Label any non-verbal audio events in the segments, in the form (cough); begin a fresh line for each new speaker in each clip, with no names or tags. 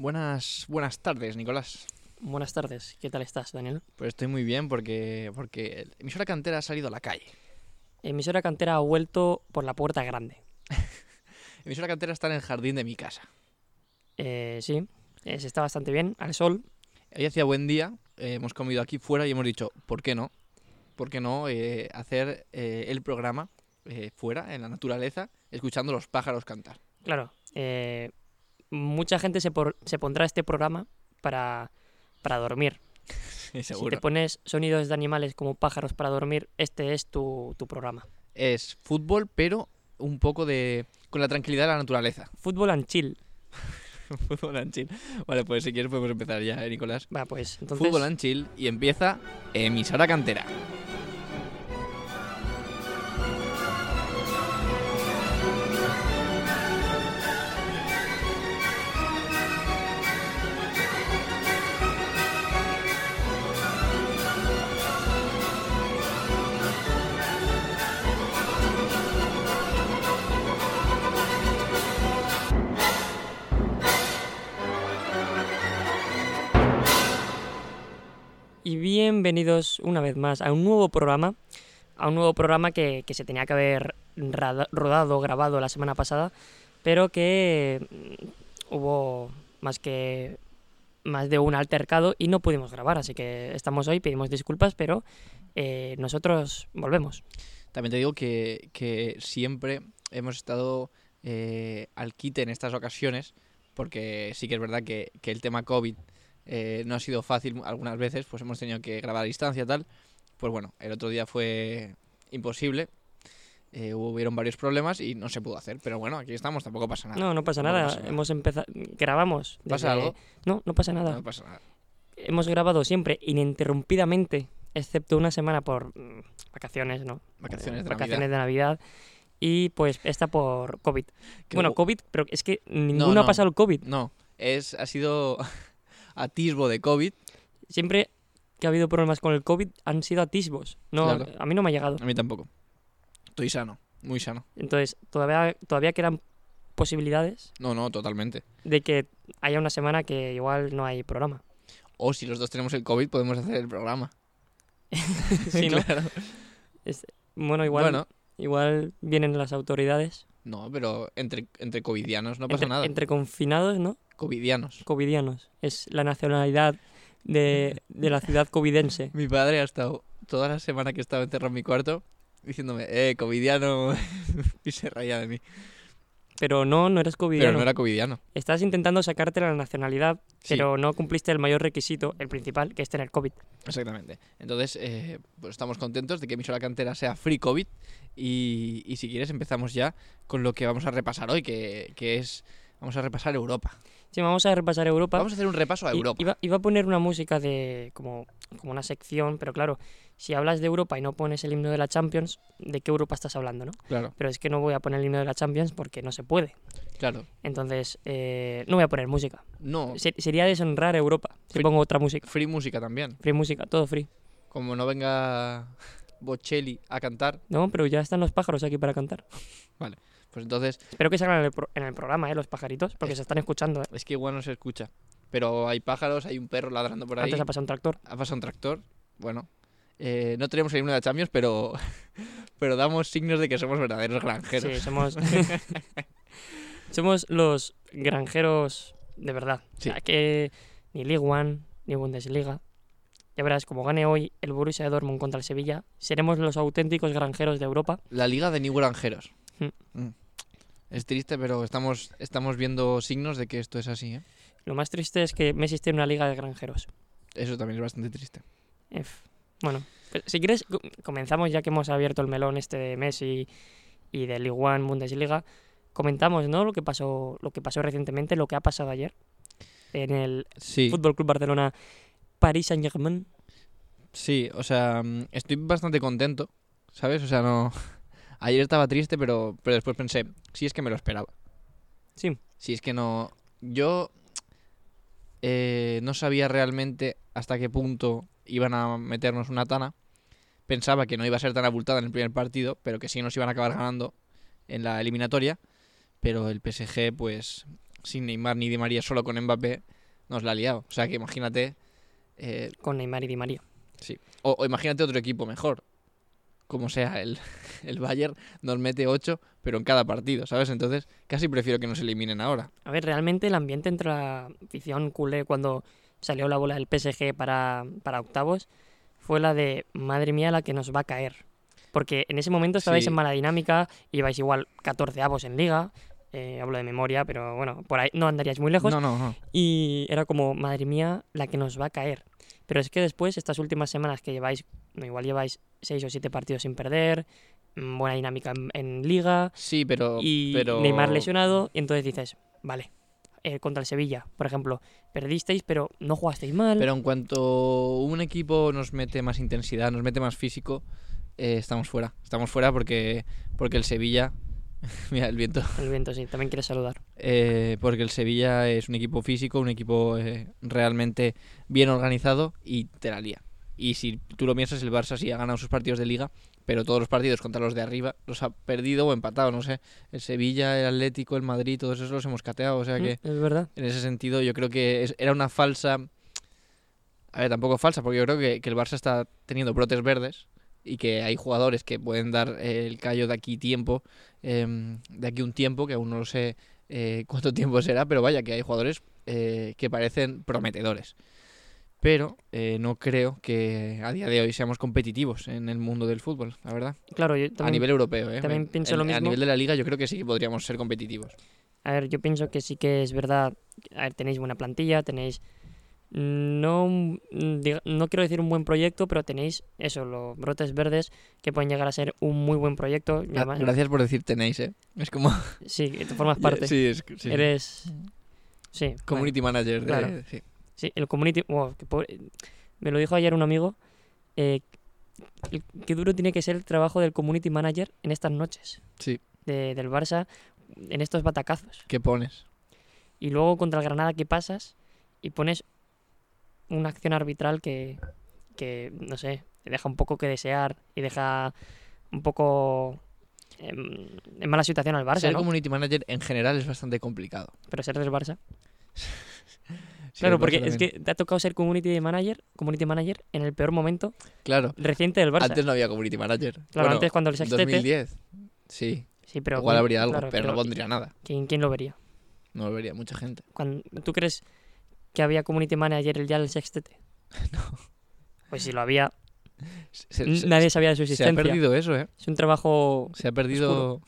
Buenas, buenas tardes, Nicolás.
Buenas tardes, ¿qué tal estás, Daniel?
Pues estoy muy bien porque, porque emisora cantera ha salido a la calle.
Emisora Cantera ha vuelto por la puerta grande.
Emisora cantera está en el jardín de mi casa.
Eh, sí, eh, se está bastante bien, al sol.
Hoy hacía buen día, eh, hemos comido aquí fuera y hemos dicho, ¿por qué no? ¿Por qué no eh, hacer eh, el programa eh, fuera, en la naturaleza, escuchando los pájaros cantar? (laughs)
Claro, eh, mucha gente se, por- se pondrá este programa para, para dormir.
Sí,
Si te pones sonidos de animales como pájaros para dormir, este es tu, tu programa.
Es fútbol, pero un poco de... con la tranquilidad de la naturaleza. (laughs)
Fútbol and chill.
fútbol and chill. Vale, pues si quieres podemos empezar ya, ¿eh, Nicolás.
Va, pues entonces...
Fútbol and chill y empieza emisora cantera.
Y bienvenidos una vez más a un nuevo programa, a un nuevo programa que, que se tenía que haber rada- rodado, grabado la semana pasada, pero que mm, hubo más que más de un altercado y no pudimos grabar, así que estamos hoy, pedimos disculpas, pero eh, nosotros volvemos.
También te digo que, que siempre hemos estado eh, al quite en estas ocasiones, porque sí que es verdad que, que el tema COVID eh, no ha sido fácil algunas veces, pues hemos tenido que grabar a distancia y tal. Pues bueno, el otro día fue imposible, eh, hubieron varios problemas y no se pudo hacer, pero bueno, aquí estamos, tampoco pasa nada.
No, no pasa
Ah, no
nada,
pasa nada.
hemos empezado, grabamos.
¿Pasa
desde-
algo? Ah.
No, no pasa nada.
No pasa nada.
Hemos grabado siempre ininterrumpidamente, excepto una semana por mm, vacaciones, ¿no?
Vacaciones de
vacaciones
Navidad.
de Navidad. Y pues esta por COVID.
Que
bueno,
hubo-
COVID, pero es que ninguno
no.
ha pasado el COVID.
No, es, ha sido (laughs) atisbo de COVID.
Siempre que ha habido problemas con el COVID han sido atisbos. No,
Claro.
A mí no me ha llegado.
A mí tampoco. Estoy sano, muy sano.
Entonces, todavía, todavía quedan posibilidades
No, no, totalmente.
de que haya una semana que igual no
(laughs)
hay programa. (laughs)
O si los dos tenemos el COVID, podemos hacer el programa.
Sí, ¿no?
(laughs) Claro.
Bueno, igual,
Bueno,
igual vienen las autoridades.
no, pero entre, entre covidianos no pasa
entre,
nada.
entre confinados, ¿no?
Covidianos.
Covidianos. Es la nacionalidad de, de la ciudad covidense.
Mi padre ha estado toda la semana que estaba encerrado en mi cuarto diciéndome, eh, covidiano. (laughs) y se reía de mí.
Pero no, no eres covidiano.
Pero no era covidiano.
Estás intentando sacarte la nacionalidad,
Sí.
pero no cumpliste el mayor requisito, el principal, que es tener COVID.
Exactamente. Entonces, eh, pues estamos contentos de que Emisora Cantera sea Free COVID. Y, y si quieres, empezamos ya con lo que vamos a repasar hoy, que, que es. Vamos a repasar Europa.
Sí, vamos a repasar Europa.
Vamos a hacer un repaso a
I-
Europa.
Iba, iba a poner una música de como, como una sección, pero claro, si hablas de Europa y no pones el himno de la Champions, ¿de qué Europa estás hablando, no?
Claro,
Pero es que no voy a poner el himno de la Champions porque no se puede.
claro.
Entonces, eh, no voy a poner música.
No,
Se- sería deshonrar a Europa si
Free-
pongo otra música.
Free música también.
Free música, todo free.
Como no venga Bocelli a cantar,
No, pero ya están los pájaros aquí para cantar.
pues entonces
Espero que salgan en el, pro- en el programa, ¿eh? Los pajaritos, porque se están escuchando. ¿eh?
es que igual no se escucha. Pero hay pájaros, hay un perro ladrando por ahí.
Antes ha pasado un tractor.
Ha pasado un tractor. Bueno, eh, no tenemos el himno de la Champions, pero, (laughs) pero damos signos de que somos verdaderos granjeros.
Sí, somos. (laughs) somos los granjeros de verdad.
Sí.
O sea, que ni League One, ni Bundesliga. Ya verás, como gane hoy el Borussia Dortmund contra el Sevilla, seremos los auténticos granjeros de Europa.
La liga de ni granjeros.
Mm.
Mm. Es triste, pero estamos, estamos viendo signos de que esto es así. ¿eh?
Lo más triste es que Messi esté en una liga de granjeros.
Eso también es bastante triste.
Ef. Bueno, pues, si quieres, co- comenzamos ya que hemos abierto el melón este de Messi y de League One, Bundesliga. Comentamos, ¿no? Lo que pasó, lo que pasó recientemente, lo que ha pasado ayer en el
Sí,
Fútbol Club Barcelona, París Saint Germain.
sí, o sea, mm, estoy bastante contento, ¿sabes? O sea, no... (laughs) Ayer estaba triste, pero, pero después pensé, sí es que me lo esperaba.
Sí,
Si es que no. Yo eh, no sabía realmente hasta qué punto iban a meternos una tana. Pensaba que no iba a ser tan abultada en el primer partido, pero que sí nos iban a acabar ganando en la eliminatoria. Pero el PSG, pues, sin Neymar ni Di María, solo con Mbappé, nos la ha liado. O sea que imagínate. eh,
con Neymar y Di María.
o, o imagínate otro equipo mejor. Como sea, el, (laughs) el Bayern nos mete 8, pero en cada partido, ¿sabes? Entonces, casi prefiero que nos eliminen ahora.
A ver, realmente el ambiente entre la afición culé cuando salió la bola del PSG para, para octavos fue la de, madre mía, la que nos va a caer. Porque en ese momento estabais
Sí.
en mala dinámica, ibais igual 14 avos en liga, eh, hablo de memoria, pero bueno, por ahí no andaríais muy lejos.
No, no, no.
Y era como, madre mía, la que nos va a caer. Pero es que después, estas últimas semanas que lleváis, no, igual lleváis 6 o 7 partidos sin perder, mm, buena dinámica en- en liga,
Sí, pero.
y
Oh, pero...
Neymar lesionado, y entonces dices, vale, eh, contra el Sevilla, por ejemplo, perdisteis, pero no jugasteis mal.
Pero en cuanto un equipo nos mete más intensidad, nos mete más físico, eh, estamos fuera. Estamos fuera porque, porque el Sevilla. (laughs) Mira el viento.
El viento, sí, también quieres saludar.
Eh, porque el Sevilla es un equipo físico, un equipo eh, realmente bien organizado y te la lía. Y si tú lo piensas, el Barça sí ha ganado sus partidos de liga, pero todos los partidos contra los de arriba los ha perdido o empatado, no sé. El Sevilla, el Atlético, el Madrid, todos esos los hemos cateado. O sea que
Mm, Es verdad.
en ese sentido yo creo que es- era una falsa... A ver, tampoco falsa, porque yo creo que, que el Barça está teniendo brotes verdes y que hay jugadores que pueden dar eh, el callo de aquí tiempo, em, de aquí un tiempo, que aún no lo sé eh, (laughs) cuánto tiempo será, pero vaya, que hay jugadores eh, que parecen prometedores. Pero eh, no creo que a día de hoy seamos competitivos en el mundo del fútbol, la verdad.
Claro, yo
a
también.
nivel europeo, ¿eh?
también pienso
En-
lo
A
mismo.
nivel de la liga yo creo que sí que podríamos ser competitivos.
A ver, yo pienso que sí que es verdad. A ver, tenéis buena plantilla, tenéis. No, un- mm, diga- no quiero decir un buen proyecto, pero tenéis eso, los brotes verdes que pueden llegar a ser un muy buen proyecto. y además-
Gracias por decir tenéis, ¿eh? Es como...
Sí, que tú formas parte.
Sí, es, sí, sí.
Eres. Sí. bueno.
Community manager de-
Claro.
sí.
Sí, el community. wow, qué pobre- Me lo dijo ayer un amigo. eh, el- qué duro tiene que ser el trabajo del community manager en estas noches
Sí.
de- del Barça, en estos batacazos.
¿Qué pones?
Y luego contra el Granada que pasas y pones una acción arbitral que, que no sé, te deja un poco que desear y deja un poco em, en mala situación al Barça,
ser
¿no?
community manager en general es bastante complicado.
Pero ser del Barça.
Sí,
Claro,
el Barça
porque es
también.
que te ha tocado ser community manager, community manager en el peor momento
Claro,
reciente del Barça.
antes no había community manager.
Claro,
Bueno,
antes cuando el sextete.
2010. Sí,
Sí, pero
igual
¿quién-
habría algo,
claro,
pero, no
pero
pondría nada.
¿quién, quién lo vería?
No lo vería mucha gente.
Cuan- ¿Tú crees que había community manager el ya
(laughs)
el sextete? No. Pues si lo había,
Se, se-
n-
se-
nadie sabía de su
se ha
existencia.
perdido eso, ¿eh?
Es un trabajo.
Se ha perdido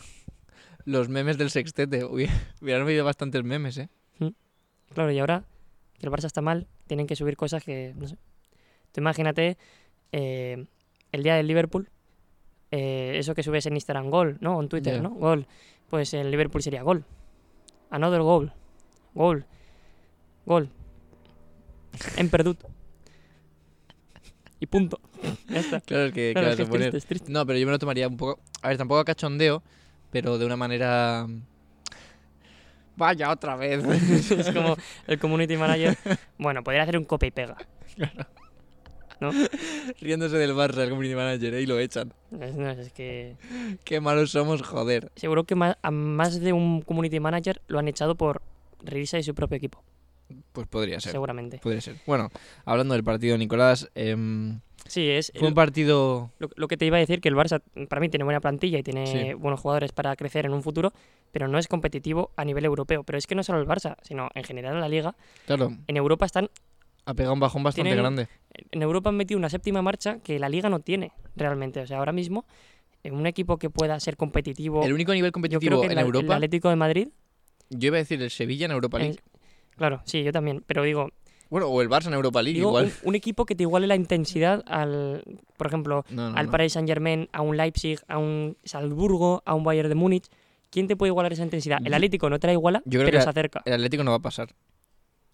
los memes del sextete. (laughs) Hubi- Hubieran habido bastantes memes, ¿eh?
Claro, y ahora que el Barça está mal, tienen que subir cosas que. No sé. Tú imagínate eh, el día del Liverpool, eh, eso que subes en Instagram, gol, ¿no? O en Twitter,
Ya.
¿no? Gol. Pues en Liverpool sería gol. Another goal. Gol. Gol. En perdut. Y punto. Ya está.
Claro, es que,
Claro,
claro,
es que es
se pone-
triste, es triste.
No, pero yo me lo tomaría un poco. A ver, tampoco a cachondeo, pero de una manera. Vaya, otra vez.
(laughs) es como el community manager. Bueno, podría hacer un copia y pega.
Riéndose del Barça, el community manager, ¿eh? y lo echan.
Es- no, es que.
Qué malos somos, joder.
Seguro que ma- a más de un community manager lo han echado por reírse de su propio equipo,
Pues podría ser.
seguramente.
Podría ser. Bueno, hablando del partido, Nicolás, em,
Sí, es
fue un
el-
partido.
lo, lo que te iba a decir, que el Barça para mí tiene buena plantilla y tiene
Sí.
buenos jugadores para crecer en un futuro, pero no es competitivo a nivel europeo. Pero es que no solo el Barça, sino en general la liga.
Claro,
En Europa están,
ha pegado un bajón bastante
Tienen-
grande.
en Europa han metido una séptima marcha que la liga no tiene realmente. O sea, ahora mismo, en un equipo que pueda ser competitivo,
El único nivel
yo creo
competitivo
que
en
el- el
Europa.
Atlético de Madrid.
Yo iba a decir el Sevilla en Europa League.
es- claro, sí, yo también. Pero digo,
Bueno, o el Barça en Europa League,
Digo,
igual.
Un, un equipo que te iguale la intensidad al, por ejemplo,
No, no,
al
no.
Paris Saint Germain, a un Leipzig, a un Salzburgo, a un Bayern de Múnich. ¿Quién te puede igualar esa intensidad? El
Yo-
Atlético no te la iguala,
yo creo
pero
que-
se acerca.
El Atlético no va a pasar.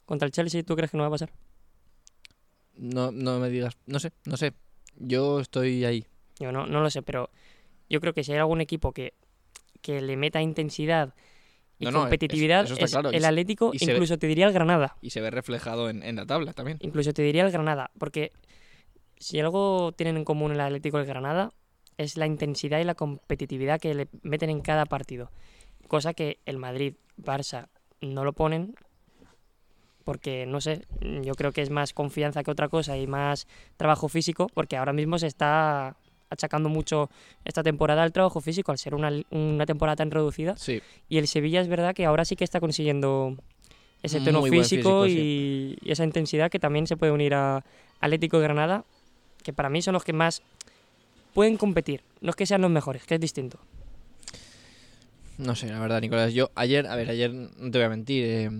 Contra el Chelsea, ¿tú crees que no va a pasar?
No, no me digas. No sé, no sé. Yo estoy ahí.
Yo no, no lo sé, pero yo creo que si hay algún equipo que, que le meta intensidad y
No, no, es-
competitividad,
eso está
es
claro, y
el
se-
Atlético,
y se ve-
incluso te diría el Granada.
Y se ve reflejado en, en la tabla también.
Incluso te diría el Granada, porque si algo tienen en común el Atlético y el Granada es la intensidad y la competitividad que le meten en cada partido. Cosa que el Madrid, Barça, no lo ponen porque no sé, yo creo que es más confianza que otra cosa y más trabajo físico, porque ahora mismo se está achacando mucho esta temporada al trabajo físico, al ser una, una temporada tan reducida.
Sí,
Y el Sevilla es verdad que ahora sí que está consiguiendo ese tono
Muy buen
físico,
físico,
y, y esa intensidad que también se puede unir a Atlético y Granada, que para mí son los que más pueden competir, no es que sean los mejores, que es distinto.
no sé, la verdad, Nicolás. Yo ayer, a ver, ayer no te voy a mentir, eh,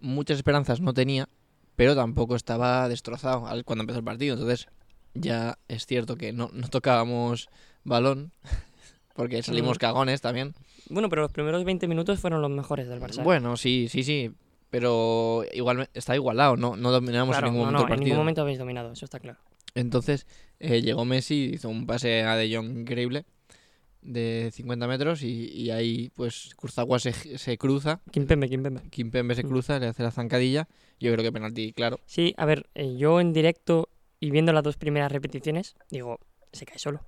muchas esperanzas no tenía, pero tampoco estaba destrozado al- cuando empezó el partido. Entonces, ya es cierto que no, no tocábamos balón, (laughs) porque salimos
Mm.
cagones también.
Bueno, pero los primeros 20 minutos fueron los mejores del Barça. ¿eh?
Bueno, sí, sí, sí. Pero igual está igualado, no, no dominamos
Claro,
en
no,
ningún
no,
momento el
en
partido.
ningún momento habéis dominado, eso está claro.
Entonces eh, llegó Messi, hizo un pase a De Jong increíble de 50 metros y, y ahí pues Cruzagua se, se cruza,
Kimpembe, Kimpembe.
Kimpembe se
Mm.
cruza, le hace la zancadilla. Yo creo que penalti, claro.
Sí, a ver, eh, yo en directo y viendo las dos primeras repeticiones, digo, se cae solo.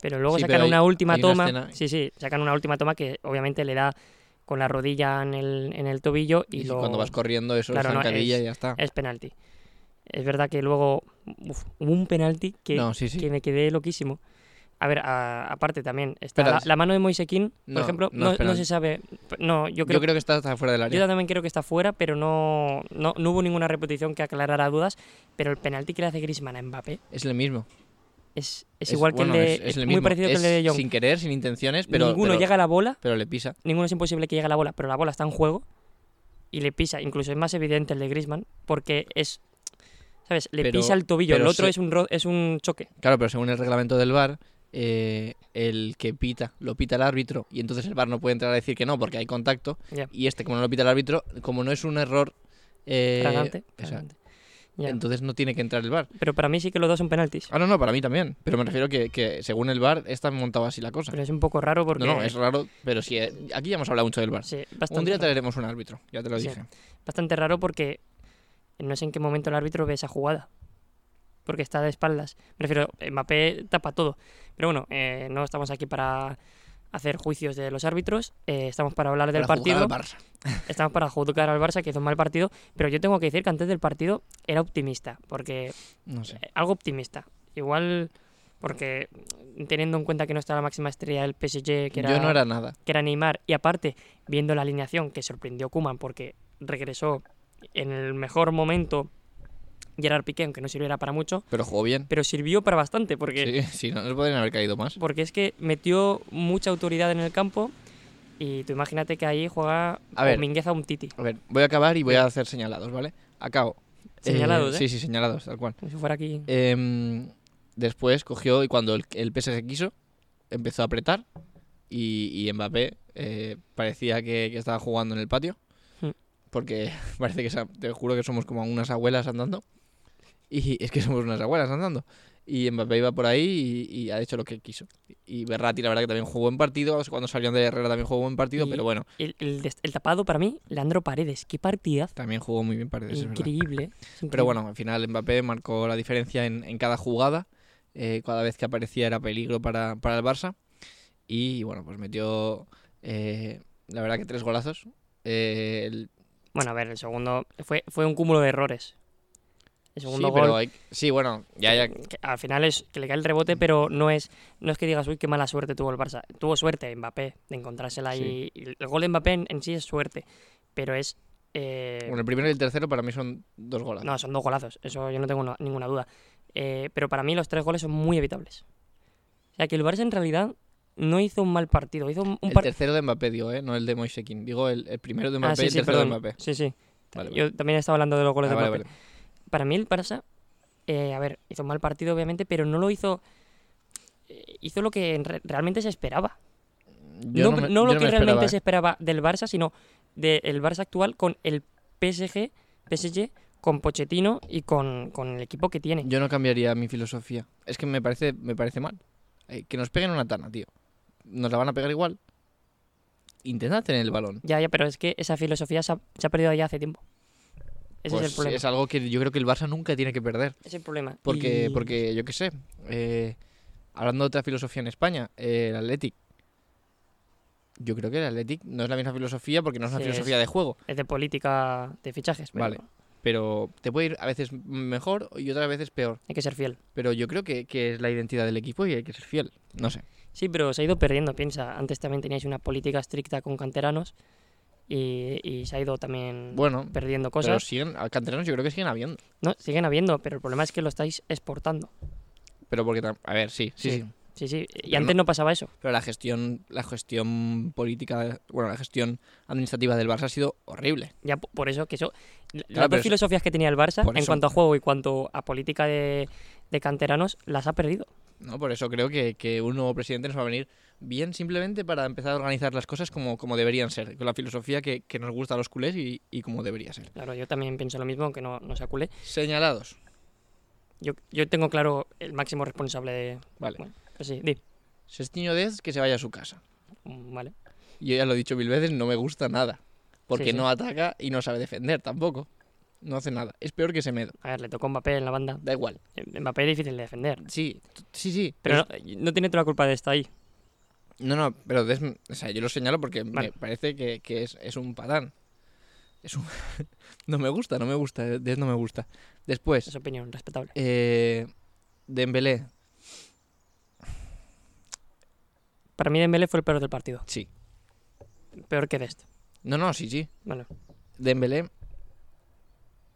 Pero luego
Sí,
sacan
pero hay-
una última
hay una
toma.
escena-
Sí, sí, sacan una última toma que obviamente le da con la rodilla en el, en el tobillo y,
Y,
lo,
cuando vas corriendo eso
Claro,
es
no,
zancadilla
es- eh,
y ya está.
es penalti. Es verdad que luego uf, hubo un penalti que,
no, sí, sí.
que me quedé loquísimo. A ver, a- aparte también, está
Pero
la,
es-
la mano de Moisequín, por
No,
ejemplo,
no
no,
es
no
penalti.
se sabe. No, yo
yo,
creo
creo que está hasta fuera del área.
Yo también creo que está fuera, pero no, no, no hubo ninguna repetición que aclarara dudas. Pero el penalti que le hace Griezmann a Mbappé
Es el mismo.
es, es igual
bueno,
que el de.
es- es
es
el
muy
mismo.
parecido
Es
que el de De Jong.
Sin querer, sin intenciones, pero,
ninguno
pero-
llega a la bola,
pero le pisa.
ninguno es imposible que llegue a la bola, pero la bola está en juego y le pisa. Incluso es más evidente el de Griezmann porque es. ¿Sabes? Le
Pero-
pisa el tobillo, el
pero
otro
se-
es, un ro- es un choque.
Claro, pero según el reglamento del VAR, eh, el que pita, lo pita el árbitro y entonces el VAR no puede entrar a decir que no porque hay contacto.
Ya.
Y este, como no lo pita el árbitro, como no es un error... eh,
Fragante,
exacto,
fragante. Ya.
Entonces no tiene que entrar el VAR.
Pero para mí sí que los dos son penaltis.
Ah, no, no, para mí también. Pero me refiero que, que según el VAR está montado así la cosa.
Pero es un poco raro porque.
No, no, es raro, pero sí, eh, aquí ya hemos hablado mucho del VAR.
sí, bastante
Un día
raro.
traeremos un árbitro, ya te lo
Sí.
dije.
bastante raro porque no sé en qué momento el árbitro ve esa jugada. Porque está de espaldas. Me refiero, eh, Mbappé tapa todo. Pero bueno, eh, no estamos aquí para hacer juicios de los árbitros. eh, estamos para hablar del
Para juzgar
partido.
al Barça.
Estamos para juzgar al Barça, que hizo un mal partido. Pero yo tengo que decir que antes del partido era optimista. Porque
No sé.
eh, algo optimista. Igual porque mm, teniendo en cuenta que no está la máxima estrella del PSG, que era,
Yo no era nada.
que era Neymar. Y aparte, viendo la alineación que sorprendió Kuman porque regresó en el mejor momento Gerard Piqué, aunque no sirviera para mucho,
Pero jugó bien.
pero sirvió para bastante porque,
Sí, (laughs) sí, no, no podrían haber caído más.
porque es que metió mucha autoridad en el campo y tú imagínate que ahí juega
A ver.
Dominguez a un Titi.
A ver, voy a acabar y voy a hacer señalados, ¿vale? Acabo. Eh,
Señalados, ¿eh?
Sí, sí, señalados, tal cual.
Como si fuera aquí.
Em, después cogió y cuando el, el PSG quiso, empezó a apretar y, y Mbappé eh, parecía que, que estaba jugando en el patio.
Hmm.
Porque (laughs) parece que sa- te juro que somos como unas abuelas andando. Y es que somos unas abuelas andando. Y Mbappé iba por ahí y, y ha hecho lo que quiso. Y Berratti, la verdad, que también jugó en partido. Cuando salió de Herrera también jugó en partido,
Y-
pero bueno,
El, el des- el tapado para mí, Leandro Paredes. Qué partidazo.
también jugó muy bien partidos. es verdad.
Increíble. ¿eh? Es increíble.
Pero bueno, al final Mbappé marcó la diferencia en, en cada jugada. eh, cada vez que aparecía era peligro para, para el Barça. Y bueno, pues metió, eh, la verdad que tres golazos. Eh, el-
Bueno, a ver, el segundo fue, fue un cúmulo de errores. El segundo
sí,
gol
pero hay- sí, bueno, ya, ya.
que al final es que le cae el rebote,
Mm.
pero no es, no es que digas, uy, qué mala suerte tuvo el Barça. Tuvo suerte Mbappé de encontrársela
Sí.
y, y el gol de Mbappé en, en sí es suerte, pero es... eh,
Bueno, el primero y el tercero para mí son dos golazos.
no, son dos golazos, eso yo no tengo no- ninguna duda. Eh, pero para mí los tres goles son muy evitables. O sea, que el Barça en realidad no hizo un mal partido, hizo un, un
el
par-
tercero de Mbappé, digo, ¿eh? No el de Moisekin. Digo, el, el primero de
Ah,
Mbappé
sí,
y el
sí,
tercero de
perdón.
Mbappé.
Sí, sí.
Vale, vale.
Yo también estaba hablando de los goles
Ah,
de
vale,
Mbappé.
vale.
para mí el Barça, eh, a ver, hizo un mal partido obviamente, pero no lo hizo... eh, Hizo lo que en re- realmente se esperaba.
Yo
no,
me-
no
yo
lo que
me
realmente
esperaba,
se
¿eh?
esperaba del Barça, sino del Barça actual con el PSG, PSG con Pochettino y con, con el equipo que tiene.
Yo no cambiaría mi filosofía. Es que me parece, me parece mal. Eh, que nos peguen una tana, tío. Nos la van a pegar igual. Intentad tener el balón.
Ya, ya, pero es que esa filosofía se ha, se ha perdido ya hace tiempo. Ese
Pues
es el problema.
es algo que yo creo que el Barça nunca tiene que perder.
Es el problema.
Porque,
Y-
porque yo qué sé. eh, hablando de otra filosofía en España, eh, el Athletic. Yo creo que el Athletic no es la misma filosofía porque no es una
Sí,
filosofía de juego,
Es de política de fichajes, pero
Vale. pero te puede ir a veces mejor y otras veces peor.
hay que ser fiel.
Pero yo creo que, que es la identidad del equipo y hay que ser fiel. No sé.
Sí, pero se ha ido perdiendo, piensa. Antes también teníais una política estricta con canteranos y, y se ha ido también
Bueno,
perdiendo
pero
cosas.
siguen, a canteranos yo creo que siguen habiendo.
No, siguen habiendo, pero el problema es que lo estáis exportando.
Pero porque, tam- a ver, sí, sí, sí,
Sí, sí. Y
Pero
antes no pasaba eso.
Pero la gestión, la gestión política, bueno, la gestión administrativa del Barça ha sido horrible.
Ya po- por eso que eso. Las
Claro,
dos
pero es-
filosofías que tenía el Barça
por
en
eso-
cuanto a juego y cuanto a política de, de canteranos las ha perdido.
¿no? Por eso creo que, que un nuevo presidente nos va a venir bien simplemente para empezar a organizar las cosas como, como deberían ser, con la filosofía que, que nos gusta a los culés y, y como debería ser.
Claro, yo también pienso lo mismo, aunque no, no sea culé.
Señalados.
Yo, yo tengo claro el máximo responsable de.
Vale.
Bueno, pues sí, di.
Sestiño Dez que se vaya a su casa.
Mm, Vale.
Yo ya lo he dicho mil veces, no me gusta nada. Porque
Sí, sí.
no ataca y no sabe defender tampoco. No hace nada. Es peor que Semedo.
A ver, le tocó Mbappé en la banda.
Da igual.
Eh, Mbappé es difícil de defender.
Sí, t- sí, sí.
Pero no, no tiene toda la culpa de estar ahí.
No, no, pero des- o sea, yo lo señalo porque
Vale.
me parece que, que es, es un patán. Es un... (laughs) no me gusta, no me gusta, eh, Des no me gusta. Después,
Es opinión, respetable.
eh, Dembélé,
Para mí Dembélé fue el peor del partido.
sí.
Peor que Dest.
No, no, sí, sí.
Bueno.
Dembélé,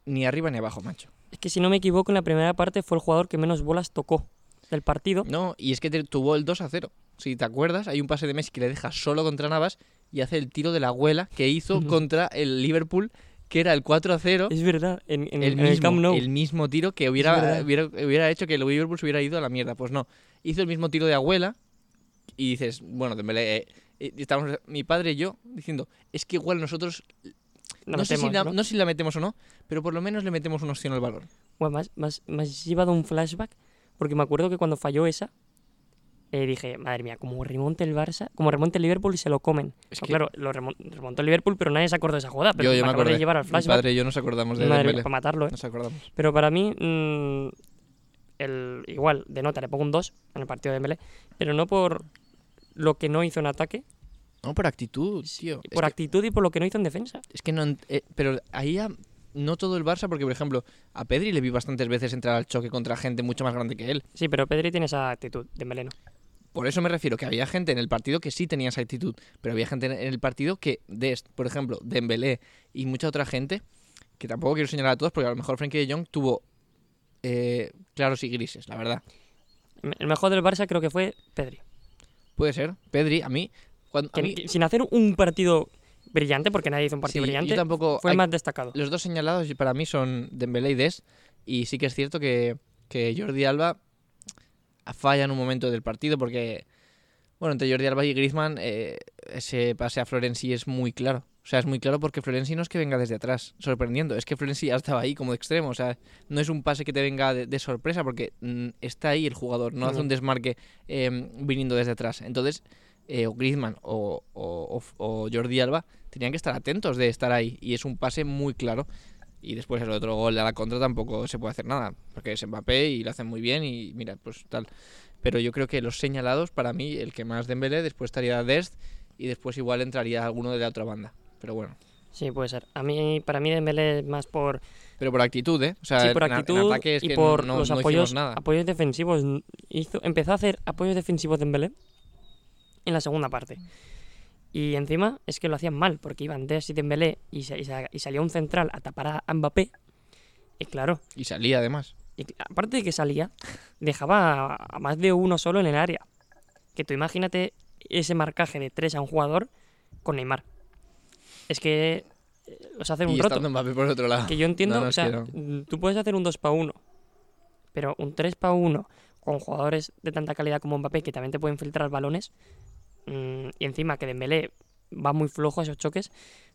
ni arriba ni abajo, macho.
Es que si no me equivoco, en la primera parte fue el jugador que menos bolas tocó del partido.
No, y es que te- tuvo el 2 a 0. Si te acuerdas, hay un pase de Messi que le deja solo contra Navas y hace el tiro de la abuela que hizo
Ujú.
contra el Liverpool, que era el 4 a 0.
Es verdad, en, en-
el
en
mismo,
el Camp Nou.
el mismo tiro que
verdad.
hubiera, hubiera, hubiera hecho que el Liverpool se hubiera ido a la mierda. Pues no, hizo el mismo tiro de abuela y dices, bueno, Dembélé, eh, eh, estamos mi padre y yo diciendo, es que igual nosotros,
La
no, sé si
metemos,
la,
¿no?
no sé si la metemos o no, pero por lo menos le metemos una opción al valor.
Bueno, me has, me has- me has llevado un flashback, porque me acuerdo que cuando falló esa, eh, dije, madre mía, como remonte el Barça, como remonte el Liverpool, se lo comen.
Es
No,
que-
Claro, lo remon- remontó el Liverpool, pero nadie se acordó de esa jugada.
yo,
Pero
yo me
acabas
acordé,
de llevar al
mi
flashback.
padre y yo nos acordamos de
madre mía,
Dembélé,
para matarlo, ¿eh?
nos acordamos.
Pero para mí, mm, el, igual, de nota le pongo un 2 en el partido de Dembélé, pero no por lo que no hizo en ataque,
No, por actitud, tío. Es
por
que-
actitud y por lo que no hizo en defensa.
Es que no. ent- eh, pero ahí ya no todo el Barça, porque por ejemplo, a Pedri le vi bastantes veces entrar al choque contra gente mucho más grande que él.
Sí, pero Pedri tiene esa actitud, Dembélé no.
Por eso me refiero que había gente en el partido que sí tenía esa actitud, pero había gente en el partido que, Dest, por ejemplo, Dembélé y mucha otra gente, que tampoco quiero señalar a todos, porque a lo mejor Frenkie de Jong tuvo eh, claros y grises, la verdad.
El mejor del Barça creo que fue Pedri.
Puede ser. Pedri, a mí. Cuando, a
que-
mí-
que sin hacer un partido brillante, porque nadie hizo un partido
sí,
brillante,
yo tampoco.
fue el
hay-
más destacado.
Los dos señalados para mí son Dembélé y Des. Y sí que es cierto que, que Jordi Alba falla en un momento del partido porque, bueno, entre Jordi Alba y Griezmann eh, ese pase a Florenzi es muy claro. O sea, es muy claro porque Florenzi no es que venga desde atrás, sorprendiendo. Es que Florenzi ya estaba ahí como extremo. O sea, no es un pase que te venga de, de sorpresa porque mm, está ahí el jugador. No hace
Ujú.
un desmarque eh, viniendo desde atrás. Entonces, eh, o Griezmann o, o- o- o Jordi Alba tenían que estar atentos de estar ahí. Y es un pase muy claro. Y después el otro gol a la contra tampoco se puede hacer nada. Porque es Mbappé y lo hacen muy bien y mira, pues tal. Pero yo creo que los señalados, para mí, el que más Dembélé, después estaría Dest y después igual entraría alguno de la otra banda. Pero bueno.
Sí, puede ser. A mí, para mí Dembélé es más por,
Pero por actitud, ¿eh? O sea,
sí, por
en a- en
actitud
ataque es
y
que
por
no,
los
no
apoyos,
hicimos nada.
apoyos defensivos. Hizo, empezó a hacer apoyos defensivos Dembélé en la segunda parte. Y encima es que lo hacían mal, porque iban Des y Dembélé y, sa- y sa- y salía un central a tapar a Mbappé. Y claro,
Y salía además.
Y cl- aparte de que salía, dejaba a- a más de uno solo en el área. Que tú imagínate ese marcaje de tres a un jugador con Neymar. Es que eh, os hacen un
Y
roto.
estando Mbappé por otro lado.
Que yo entiendo,
No, no,
o
es
sea,
que no.
mm, tú puedes hacer un 2 para 1, pero un 3 para 1 con jugadores de tanta calidad como Mbappé que también te pueden filtrar balones mm, y encima que Dembélé va muy flojo a esos choques.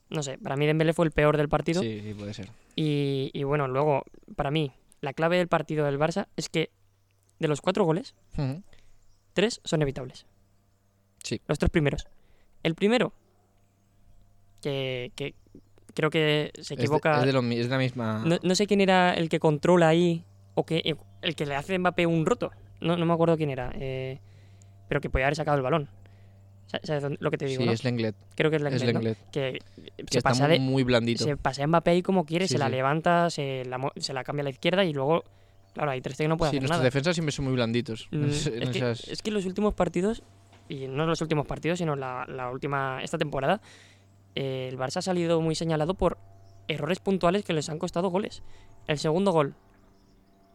No sé, para mí Dembélé fue el peor del partido.
Sí, sí, puede ser.
Y, y bueno, luego, para mí, la clave del partido del Barça es que de los cuatro goles,
Ujú.
tres son evitables.
Sí.
Los tres primeros. El primero, que, que creo que se
Es de-
equivoca.
Es de, lo mi- es de la misma.
no, no sé quién era el que controla ahí, o que el que le eh, hace Mbappé un roto. No, no me acuerdo quién era, eh, pero que podía haber sacado el balón. Sa- ¿Sabes dónde- lo que te digo?
sí,
no?
es Lenglet.
Creo que es la
Es Lenglet.
Que
Que
se
está
pasea,
muy,
de,
muy blandito.
se pasea Mbappé ahí como quiere,
Sí,
se la
sí.
levanta, se la, mo- se la cambia a la izquierda y luego, claro, ahí Ter Stegen no puede
sí,
hacer
nuestras
nada.
defensas siempre son muy blanditos.
Mm,
en es- en
es, que,
esas-
es que los últimos partidos, y no los últimos partidos, sino la, la última, esta temporada, eh, el Barça ha salido muy señalado por errores puntuales que les han costado goles. El segundo gol,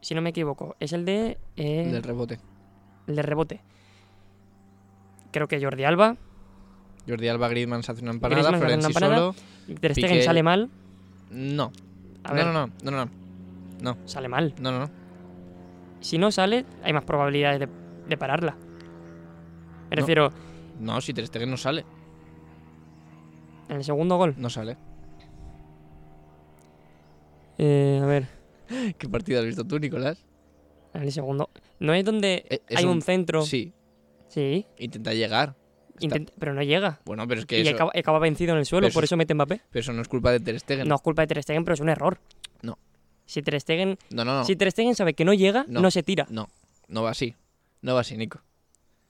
si no me equivoco, es el de, eh,
Del rebote.
el de rebote. Creo que Jordi Alba,
Jordi Alba Griezmann se hace una empanada,
Griezmann se hace
Florenzi
una empanada.
solo.
Ter Stegen
Piqué-
sale mal.
No.
A
No,
ver,
no, no, no, no, no,
sale mal.
no, no.
Si no sale, hay más probabilidades de, de pararla.
No.
Me refiero,
No, si Ter Stegen no sale,
en el segundo gol.
no sale. (laughs)
Eh, a ver,
¿Qué partido has visto tú, Nicolás?
en el segundo. No es donde
Eh, es
hay un,
un-
centro.
Sí,
Sí,
intenta llegar. Está-
intent- pero no llega.
Bueno, pero es que
Y
eso,
acaba, acaba vencido en el suelo,
Pero eso
por
es-
eso mete Mbappé.
pero eso no es culpa de Ter Stegen.
No es culpa de Ter Stegen, pero es un error.
No.
Si Ter Stegen,
no, no, no,
si Ter Stegen sabe que no llega, no,
No.
se tira.
no, no va así. No va así, Nico.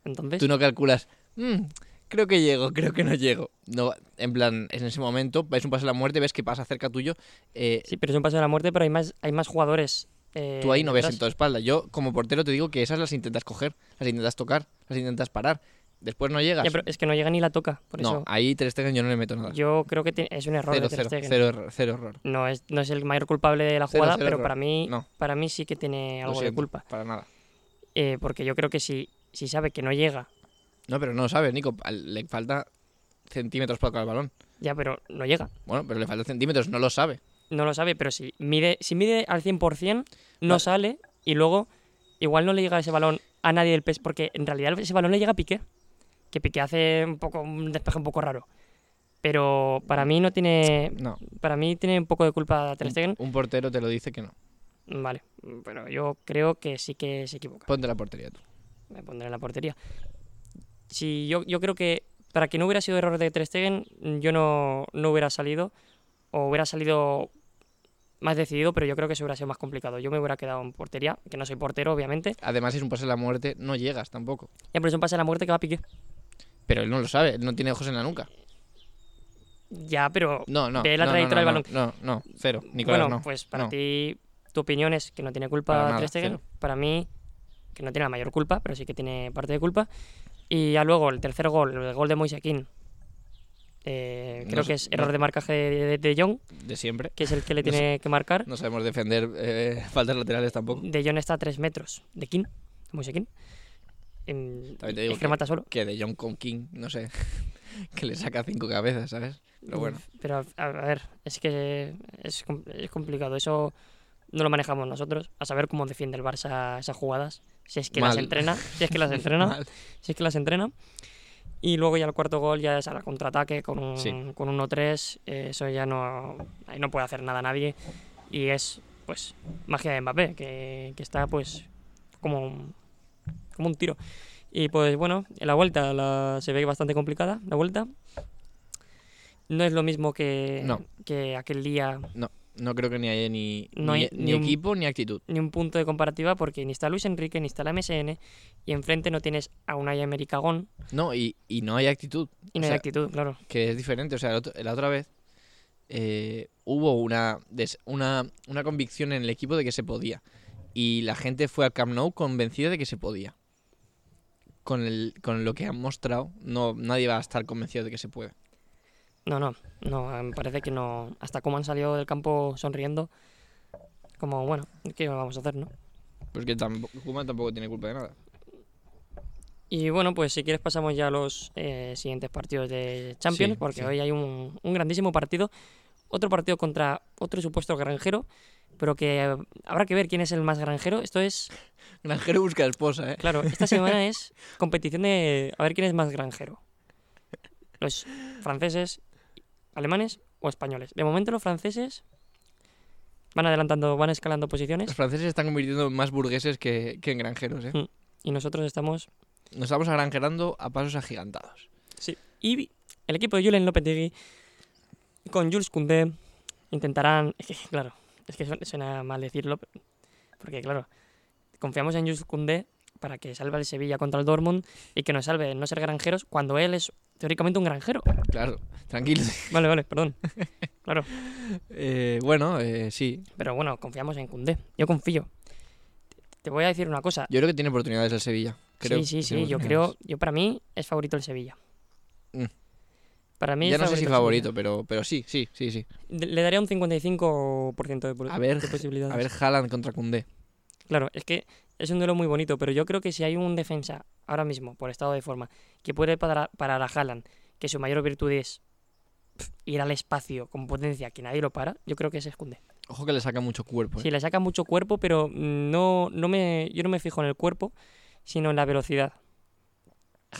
Entonces,
Tú no calculas, "Mm, creo que llego, creo que no llego. No, va- en plan, en ese momento, ves un paso a la muerte, ves que pasa cerca tuyo. eh,
sí, pero es un paso de la muerte, pero hay más, hay más jugadores. eh,
Tú ahí no ves en
detrás.
tu espalda. Yo, como portero, te digo que esas las intentas coger, las intentas tocar, las intentas parar. Después no llegas.
Ya, pero es que no llega ni la toca, por
no,
eso.
ahí Ter Stegen yo no le meto nada.
Yo creo que te- es un error
cero,
de Ter
cero,
Stegen.
cero, error- cero error.
No, es, no es el mayor culpable de la
Cero,
jugada,
cero
pero
error.
para mí,
No.
para mí sí que tiene
Lo
algo de
siento,
culpa.
Para nada.
Eh, porque yo creo que si, si sabe que no llega,
No, pero no sabes, Nico. al- Le falta centímetros para tocar el balón.
ya, pero no llega.
Bueno, pero le falta centímetros, no lo sabe.
No lo sabe, pero si mide, si mide al 100%, no
Vale.
sale y luego igual no le llega ese balón a nadie del PES, porque en realidad ese balón le llega a Piqué, que Piqué hace un poco un despeje un poco raro. Pero para mí no tiene
No.
para mí tiene un poco de culpa Ter Stegen.
Un portero te lo dice que no.
Vale, pero yo creo que sí que se equivoca.
Ponte la portería tú.
Me pondré en la portería. Si yo, yo creo que para que no hubiera sido error de Ter Stegen, yo no, no hubiera salido. O hubiera salido más decidido, pero yo creo que eso hubiera sido más complicado. Yo me hubiera quedado en portería, que no soy portero, obviamente.
Además, es un pase a la muerte, no llegas tampoco.
Ya, pero es un pase a la muerte que va a pique.
Pero él no lo sabe, él no tiene ojos en la nuca.
Ya, pero.
No, no.
Ve la
no, no,
trayectoria
no,
del
No, no, no, cero. Nicolás,
bueno,
no.
pues para
no.
ti, tu opinión es que no tiene culpa
Para nada,
Ter Stegen.
cero.
Para mí, que no tiene la mayor culpa, pero sí que tiene parte de culpa. Y ya luego, el tercer gol, el gol de Moisequín. Eh,
No
creo
sé,
que es
no-
error de marcaje de, de, de Jong.
De siempre.
que es el que le
No
tiene que marcar.
No sabemos defender eh, (laughs) faltas laterales tampoco.
De John está a 3 metros. De King, muy King. Em,
También te digo
es que remata solo.
Que de John con King, no sé. (laughs) que le saca cinco cabezas, ¿sabes? Pero bueno.
Pero a, a ver, es que es, com- es complicado. Eso no lo manejamos nosotros. A saber cómo defiende el Barça esas jugadas. Si es que las
Mal.
entrena. Si es que
(laughs)
las entrena.
Mal.
si es que las entrena. Y luego ya el cuarto gol ya es a la contraataque con un,
Sí.
con un 1-3. eh, eso ya no, ahí no puede hacer nada nadie. Y es, pues, magia de Mbappé, que, que está, pues, como un, como un tiro. Y pues, bueno, en la vuelta la, se ve bastante complicada, la vuelta. No es lo mismo que,
No.
que aquel día,
No creo que ni haya ni,
No
ni,
hay
ni
ni un-
equipo ni actitud.
ni un punto de comparativa, porque ni está Luis Enrique, ni está la MSN, y enfrente no tienes a Unai Emery Cagón,
No, y, y no hay actitud,
y
O
no hay
sea,
actitud, claro.
que es diferente. O sea, el otro- la otra vez eh, hubo una, des- una, una convicción en el equipo de que se podía. Y la gente fue al Camp Nou convencida de que se podía. Con, el, con lo que han mostrado, no, nadie va a estar convencido de que se puede.
No, no, no, eh, me parece que no. Hasta como han salido del campo sonriendo, como bueno, ¿qué vamos a hacer, no?
Porque tampoco, Pues Koeman tampoco tiene culpa de nada.
Y bueno, pues si quieres pasamos ya a los eh, siguientes partidos de Champions,
Sí,
porque
sí.
hoy hay un, un grandísimo partido. Otro partido contra otro supuesto granjero, pero que eh, habrá que ver quién es el más granjero. Esto es,
Granjero busca esposa, ¿eh?
claro, esta semana es competición de a ver quién es más granjero. Los franceses, alemanes o españoles. De momento los franceses van adelantando, van escalando posiciones.
Los franceses se están convirtiendo en más burgueses que, que en granjeros, ¿eh?
y nosotros estamos.
Nos estamos agranjerando a pasos agigantados.
Sí. Y vi- el equipo de Julen Lopetegui con Jules Koundé intentarán. es que, claro, es que su- suena mal decirlo, porque claro, confiamos en Jules Koundé para que salve al Sevilla contra el Dortmund y que nos salve no ser granjeros cuando él es teóricamente un granjero.
Claro, tranquilo.
Vale, vale, perdón. Claro,
(laughs) Eh, bueno, eh, sí.
pero bueno, confiamos en Cundé. Yo confío. Te- Te voy a decir una cosa.
Yo creo que tiene oportunidades el Sevilla. Creo
sí, sí,
que
sí.
tiene
Yo creo,
oportunidades.
yo para mí es favorito el Sevilla.
Mm.
Para mí
Ya
es
no sé si
el
favorito, pero, pero sí, sí, sí, sí.
Sevilla. Le daría un 55% de, po-
A ver,
de posibilidades.
A ver, Haaland contra Koundé.
Claro, es que es un duelo muy bonito, pero yo creo que si hay un defensa ahora mismo, por estado de forma, que puede parar, parar a Haaland, que su mayor virtud es pf, ir al espacio con potencia, que nadie lo para, yo creo que ese es Koundé.
Ojo que le saca mucho cuerpo. ¿eh?
Sí, le saca mucho cuerpo, pero no, no me, yo no me fijo en el cuerpo, sino en la velocidad.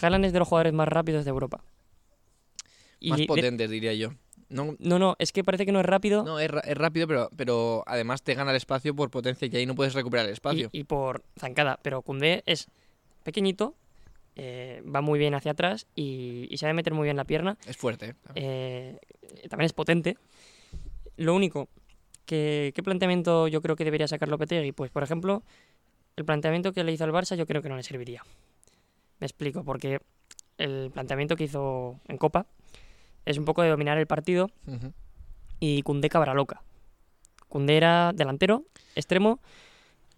Haaland es de los jugadores más rápidos de Europa. Y
Más
de-
potentes, diría yo. No,
no, no, es que parece que no es rápido
no es, ra- es rápido, pero, pero además te gana el espacio por potencia y ahí no puedes recuperar el
y,
espacio.
y por zancada, pero Koundé es pequeñito, eh, va muy bien hacia atrás y, y sabe meter muy bien la pierna.
Es fuerte. ¿eh?
eh, también es potente. Lo único, que, ¿qué planteamiento yo creo que debería sacar Lopetegui? Pues, por ejemplo, el planteamiento que le hizo al Barça yo creo que no le serviría. Me explico, porque el planteamiento que hizo en Copa es un poco de dominar el partido
Ujú.
y Cundé cabra loca. Cundé era delantero, extremo,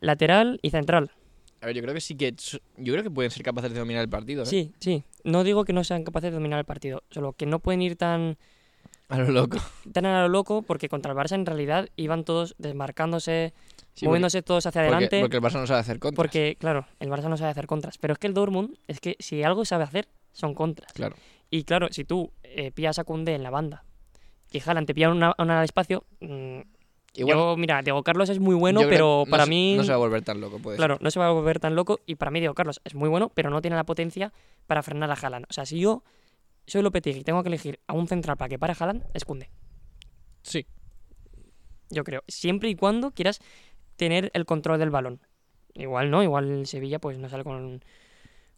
lateral y central.
A ver, yo creo que sí que. s- Yo creo que pueden ser capaces de dominar el partido. ¿eh?
Sí, sí. No digo que no sean capaces de dominar el partido, solo que no pueden ir tan
A lo loco.
tan a lo loco porque contra el Barça en realidad iban todos desmarcándose,
Sí,
moviéndose todos hacia
porque-
adelante.
Porque, porque el Barça no sabe hacer contra.
Porque, claro, el Barça no sabe hacer contras. Pero es que el Dortmund, es que si algo sabe hacer, son contras.
Claro.
Y claro, si tú eh, pillas a Koundé en la banda y Haaland te pilla una, una al espacio... mm,
Igual,
yo, mira, Diego Carlos es muy bueno,
yo creo
pero
que no
para
se-
mí...
No se va a volver tan loco, puede
Claro, no se va a volver tan loco. Y para mí, Diego Carlos es muy bueno, pero no tiene la potencia para frenar a Haaland. O sea, si yo soy Lopetegui y tengo que elegir a un central para que para Haaland, es Koundé.
ser. Sí.
Yo creo, siempre y cuando quieras tener el control del balón. Igual no, igual el Sevilla pues no sale con,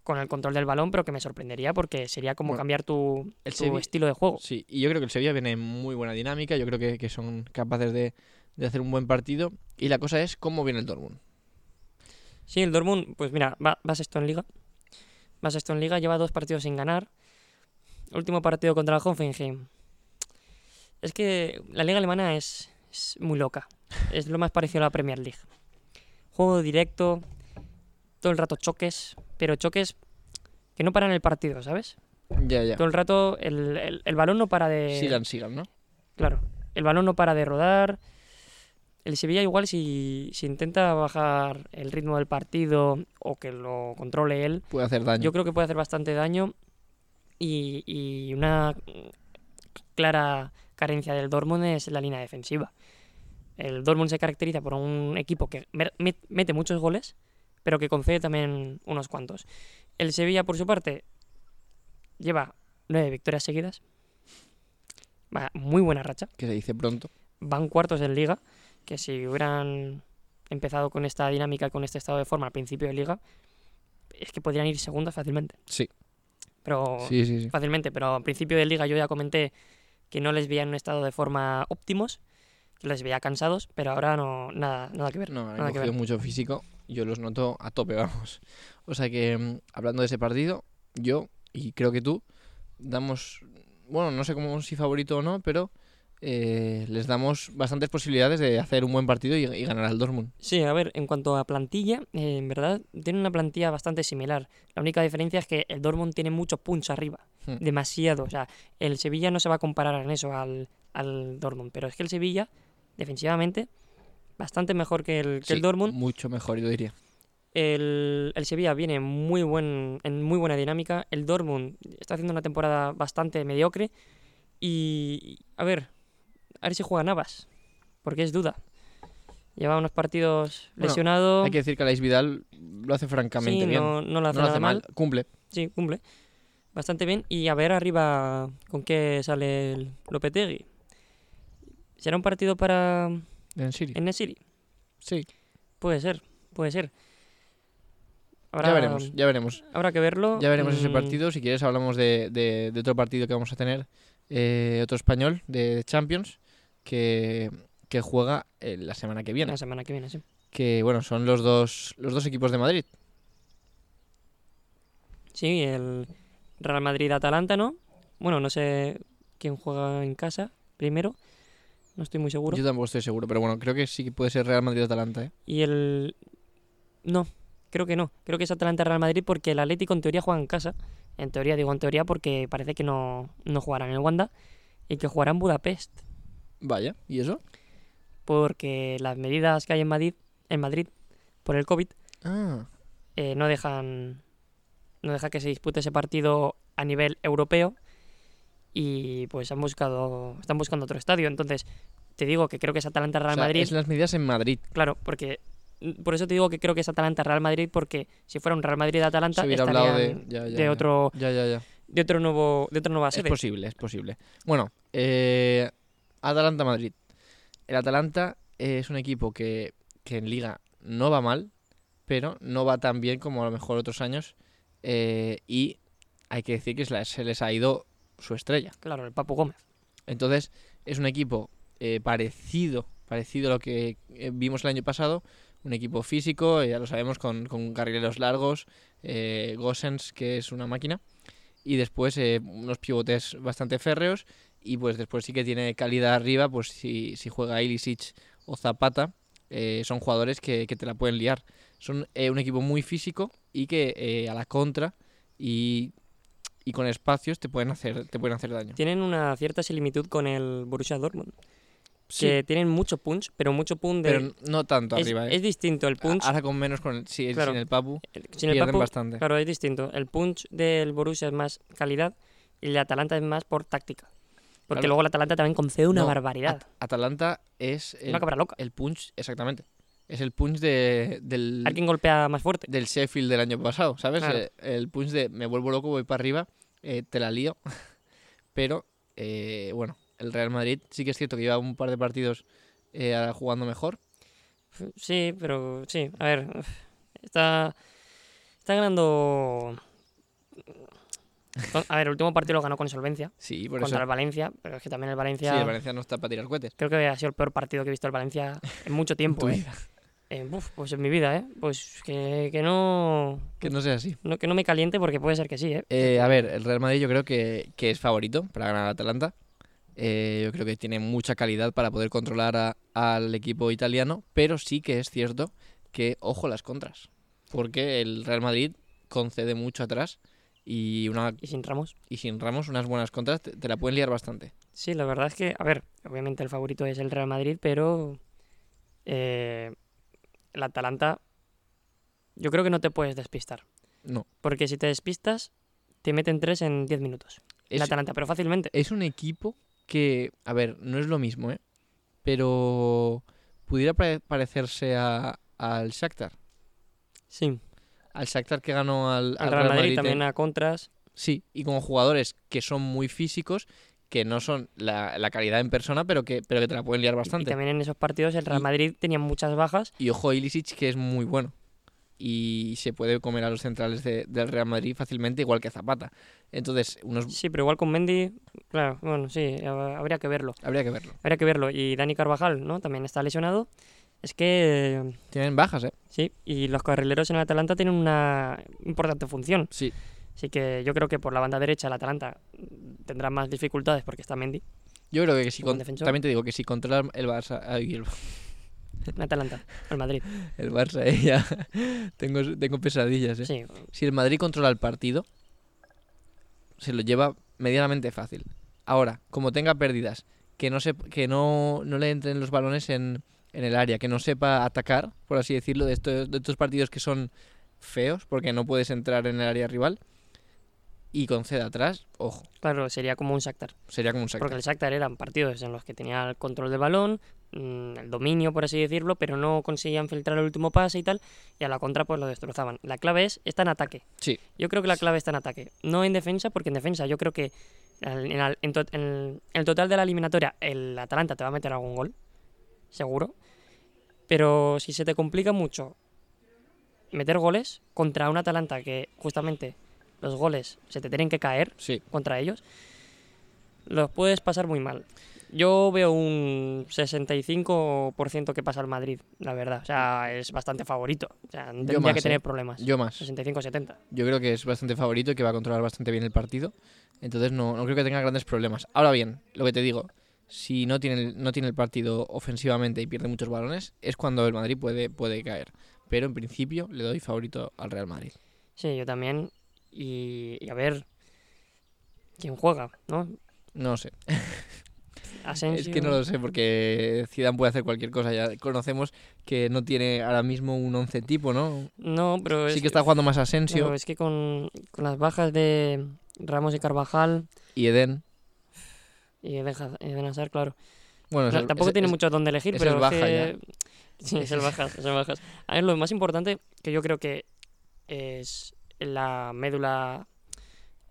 con el control del balón, pero que me sorprendería porque sería como
Bueno,
cambiar tu,
el
tu
Sevi-
estilo de juego.
Sí, y yo creo que el Sevilla viene en muy buena dinámica, yo creo que, que son capaces de, de hacer un buen partido. Y la cosa es cómo viene el Dortmund.
Sí, el Dortmund, pues mira, va, va sexto en liga. Va sexto en liga, lleva dos partidos sin ganar. Último partido contra el Hoffenheim. Es que la liga alemana es, es muy loca. Es lo más parecido a la Premier League. Juego directo, todo el rato choques, pero choques que no paran el partido, ¿sabes?
Ya, ya.
Todo el rato el, el- el balón no para de...
Sigan, sigan, ¿no?
Claro, el balón no para de rodar. El Sevilla igual si, si intenta bajar el ritmo del partido o que lo controle él,
Puede hacer daño.
yo creo que puede hacer bastante daño y, y una clara carencia del Dortmund es la línea defensiva. El Dortmund se caracteriza por un equipo que mer- met- mete muchos goles, pero que concede también unos cuantos. El Sevilla, por su parte, lleva nueve victorias seguidas. Va, muy buena racha
Que se dice pronto.
van cuartos en liga, que si hubieran empezado con esta dinámica, con este estado de forma al principio de liga, es que podrían ir segundos fácilmente.
Sí.
Pero
Sí, sí, sí.
fácilmente, pero al principio de liga yo ya comenté que no les veía en un estado de forma óptimos, que les veía cansados, pero ahora no nada, nada que ver.
No, han
nada que
cogido
ver.
mucho físico. Yo los noto a tope, vamos. O sea que, mm, hablando de ese partido, yo y creo que tú damos. Bueno, no sé cómo si favorito o no, pero eh, les damos bastantes posibilidades de hacer un buen partido y, y ganar al Dortmund.
Sí, a ver, en cuanto a plantilla, eh, en verdad tiene una plantilla bastante similar. La única diferencia es que el Dortmund tiene mucho punch arriba,
Hmm.
demasiado. O sea, el Sevilla no se va a comparar en eso al, al Dortmund, pero es que el Sevilla, defensivamente, bastante mejor que el, que
Sí,
el Dortmund.
Mucho mejor, yo diría.
El, el Sevilla viene muy buen, en muy buena dinámica. El Dortmund está haciendo una temporada bastante mediocre. Y, a ver, a ver si juega Navas, porque es duda. Lleva unos partidos
Bueno,
lesionado.
Hay que decir que Aleix Vidal lo hace francamente
Sí,
bien.
No, no lo hace
No lo
nada
hace
mal.
mal, cumple.
Sí, cumple. Bastante bien. Y a ver arriba con qué sale el Lopetegui. ¿Será un partido para
En Siri.
en City?
Sí,
Puede ser, puede ser. Habrá,
ya veremos, ya veremos.
habrá que verlo.
Ya veremos ese
Mm,
partido. Si quieres, hablamos de, de- de otro partido que vamos a tener, eh, otro español de Champions, que, que juega eh, la semana que viene.
La semana que viene, sí.
Que bueno, son los dos, los dos equipos de Madrid.
Sí, el Real Madrid-Atalanta, ¿no? Bueno, no sé quién juega en casa primero. No estoy muy seguro.
Yo tampoco estoy seguro, pero bueno, creo que sí que puede ser Real Madrid-Atalanta, ¿eh?
Y el... No, creo que no. Creo que es Atalanta-Real Madrid porque el Atlético en teoría juega en casa. En teoría, digo en teoría porque parece que no, no jugarán en Wanda y que jugarán en Budapest.
Vaya, ¿y eso?
Porque las medidas que hay en Madrid, en Madrid por el COVID
Ah,
eh, no dejan no deja que se dispute ese partido a nivel europeo y pues han buscado están buscando otro estadio entonces te digo que creo que es Atalanta Real
o sea,
Madrid
es las medidas en Madrid.
claro porque mm, por eso te digo que creo que es Atalanta Real Madrid porque si fuera un Real Madrid Atalanta
Se hubiera hablado de,
estarían
ya, ya,
de
ya.
otro
Ya, ya, ya.
de otro nuevo de otra nueva
Es
sede
posible, es posible. Bueno, eh, Atalanta-Madrid. El Atalanta es un equipo que, que en liga no va mal, pero no va tan bien como a lo mejor otros años. eh, y hay que decir que se la- se les ha ido su estrella.
claro el Papu Gómez
Entonces, es un equipo eh, parecido, parecido a lo que eh, vimos el año pasado. Un equipo físico, eh, ya lo sabemos, con, con carrileros largos, eh, Gosens, que es una máquina, y después eh, unos pivotes bastante férreos. Y pues después sí que tiene calidad arriba, pues si, si juega Ilisic o Zapata, eh, son jugadores que, que te la pueden liar. Son eh, un equipo muy físico y que eh, a la contra y, y con espacios te pueden hacer, te pueden hacer daño.
tienen una cierta similitud con el Borussia Dortmund
Sí.
que tienen mucho punch pero mucho punch de
Pero n- no tanto
es,
arriba, ¿eh?
es distinto el punch
Ahora con menos con el, sí, el-
Claro.
sin el Papu
el- sin el
pierden
Papu
bastante.
Claro, es distinto. El punch del Borussia es más calidad y el de Atalanta es más por táctica. Porque
Claro.
luego el Atalanta también concede una
No,
barbaridad.
At- Atalanta es el,
una cabra loca.
el punch, exactamente. Es el punch de, del,
Alguien golpea más fuerte.
del Sheffield del año pasado, ¿sabes?
Claro.
Eh, El punch de me vuelvo loco, voy para arriba, eh, te la lío. (laughs) Pero, eh, bueno, el Real Madrid sí que es cierto que lleva un par de partidos eh, ahora jugando mejor.
Sí, pero sí. A ver, uf, está, está ganando... Con- A ver, el último partido lo ganó con solvencia
Sí, por
contra el
eso.
Valencia, pero es que también el
Sí,
Valencia...
el Valencia no está para tirar cohetes.
Creo que ha sido el peor partido que he visto el Valencia en mucho tiempo.
Tu
¿eh?
vida,
Eh, uf, pues en mi vida, ¿eh? Pues que, que no,
(laughs) Que no sea así.
no- Que no me caliente porque puede ser que sí, ¿eh?
Eh, a ver, el Real Madrid yo creo que, que es favorito para ganar a Atalanta. Eh, yo creo que tiene mucha calidad para poder controlar a- al equipo italiano, pero sí que es cierto que ojo las contras, porque el Real Madrid concede mucho atrás y, una,
Y sin Ramos.
y sin Ramos unas buenas contras te, te la pueden liar bastante.
Sí, la verdad es que, a ver, obviamente el favorito es el Real Madrid, pero eh, el Atalanta, yo creo que no te puedes despistar,
No,
porque si te despistas, te meten tres en diez minutos. El
es,
Atalanta, pero fácilmente.
es un equipo que, a ver, no es lo mismo, ¿eh? pero pudiera pare- parecerse a- al Shakhtar.
Sí,
Al Shakhtar que ganó al,
el Real Madrid
en-
también a contras.
Sí, y con jugadores que son muy físicos, que no son la, la calidad en persona, pero que, pero que te la pueden liar
Y
bastante.
también en esos partidos el Real
Y-
Madrid tenía muchas bajas.
Y, ojo, Ilisic, que es muy bueno. Y se puede comer a los centrales de- del Real Madrid fácilmente, igual que a Zapata. Entonces, unos
Sí, pero igual con Mendy, claro, bueno, sí, ha- habría que verlo.
habría que verlo.
Habría que verlo. Y Dani Carvajal, ¿no? También está lesionado. Es que eh,
Tienen bajas, ¿eh?
Sí, y los carrileros en el Atalanta tienen una importante función.
Sí.
Así que yo creo que por la banda derecha el Atalanta mm, tendrá más dificultades porque está Mendy
Yo creo que si
Buen
con-
defensor.
también te digo que si controla el Barça, ay, el, (laughs)
en Atalanta, el Madrid.
el Barça, eh, ya (laughs) tengo, tengo pesadillas, eh.
Sí,
Si el Madrid controla el partido, se lo lleva medianamente fácil. Ahora, como tenga pérdidas, que no, se, que no, no le entren los balones en, en el área, que no sepa atacar, por así decirlo, de estos, de estos partidos que son feos, porque no puedes entrar en el área rival, y conceda atrás, ojo,
claro, sería como un Shakhtar.
sería como un saco.
Porque el Shakhtar eran partidos en los que tenía el control del balón, mm, el dominio, por así decirlo, pero no conseguían filtrar el último pase y tal, y a la contra pues lo destrozaban. La clave es, está en ataque.
Sí.
Yo creo que la clave está en ataque, no en defensa, porque en defensa yo creo que al- en, al- en to- en el total de la eliminatoria el Atalanta te va a meter algún gol, seguro, pero si se te complica mucho meter goles contra un Atalanta que justamente los goles se te tienen que caer
Sí,
contra ellos, los puedes pasar muy mal. Yo veo un 65% que pasa al Madrid, la verdad. O sea, es bastante favorito. O sea, no tendría
más,
que
eh.
tener problemas.
Yo más.
65-70.
Yo creo que es bastante favorito y que va a controlar bastante bien el partido. Entonces no, no creo que tenga grandes problemas. Ahora bien, lo que te digo, si no tiene el, no tiene el partido ofensivamente y pierde muchos balones, es cuando el Madrid puede, puede caer. Pero en principio le doy favorito al Real Madrid.
Sí, yo también. Y, y a ver quién juega, ¿no?
No sé.
Asensio.
Es que no lo sé porque Zidane puede hacer cualquier cosa. Ya conocemos que no tiene ahora mismo un once tipo, ¿no?
Pues No, pues pero
Sí
es
que está jugando más Asensio
pero es que con, con las bajas de Ramos y Carvajal
y Eden.
y Eden Haz- Eden Hazard, claro.
Bueno,
No,
eso-
tampoco
ese-
tiene
ese-
mucho donde elegir,
ese
pero
es baja
que- (laughs) Sí, es el bajas, es el bajas. A ver, lo más importante que yo creo que es en la médula,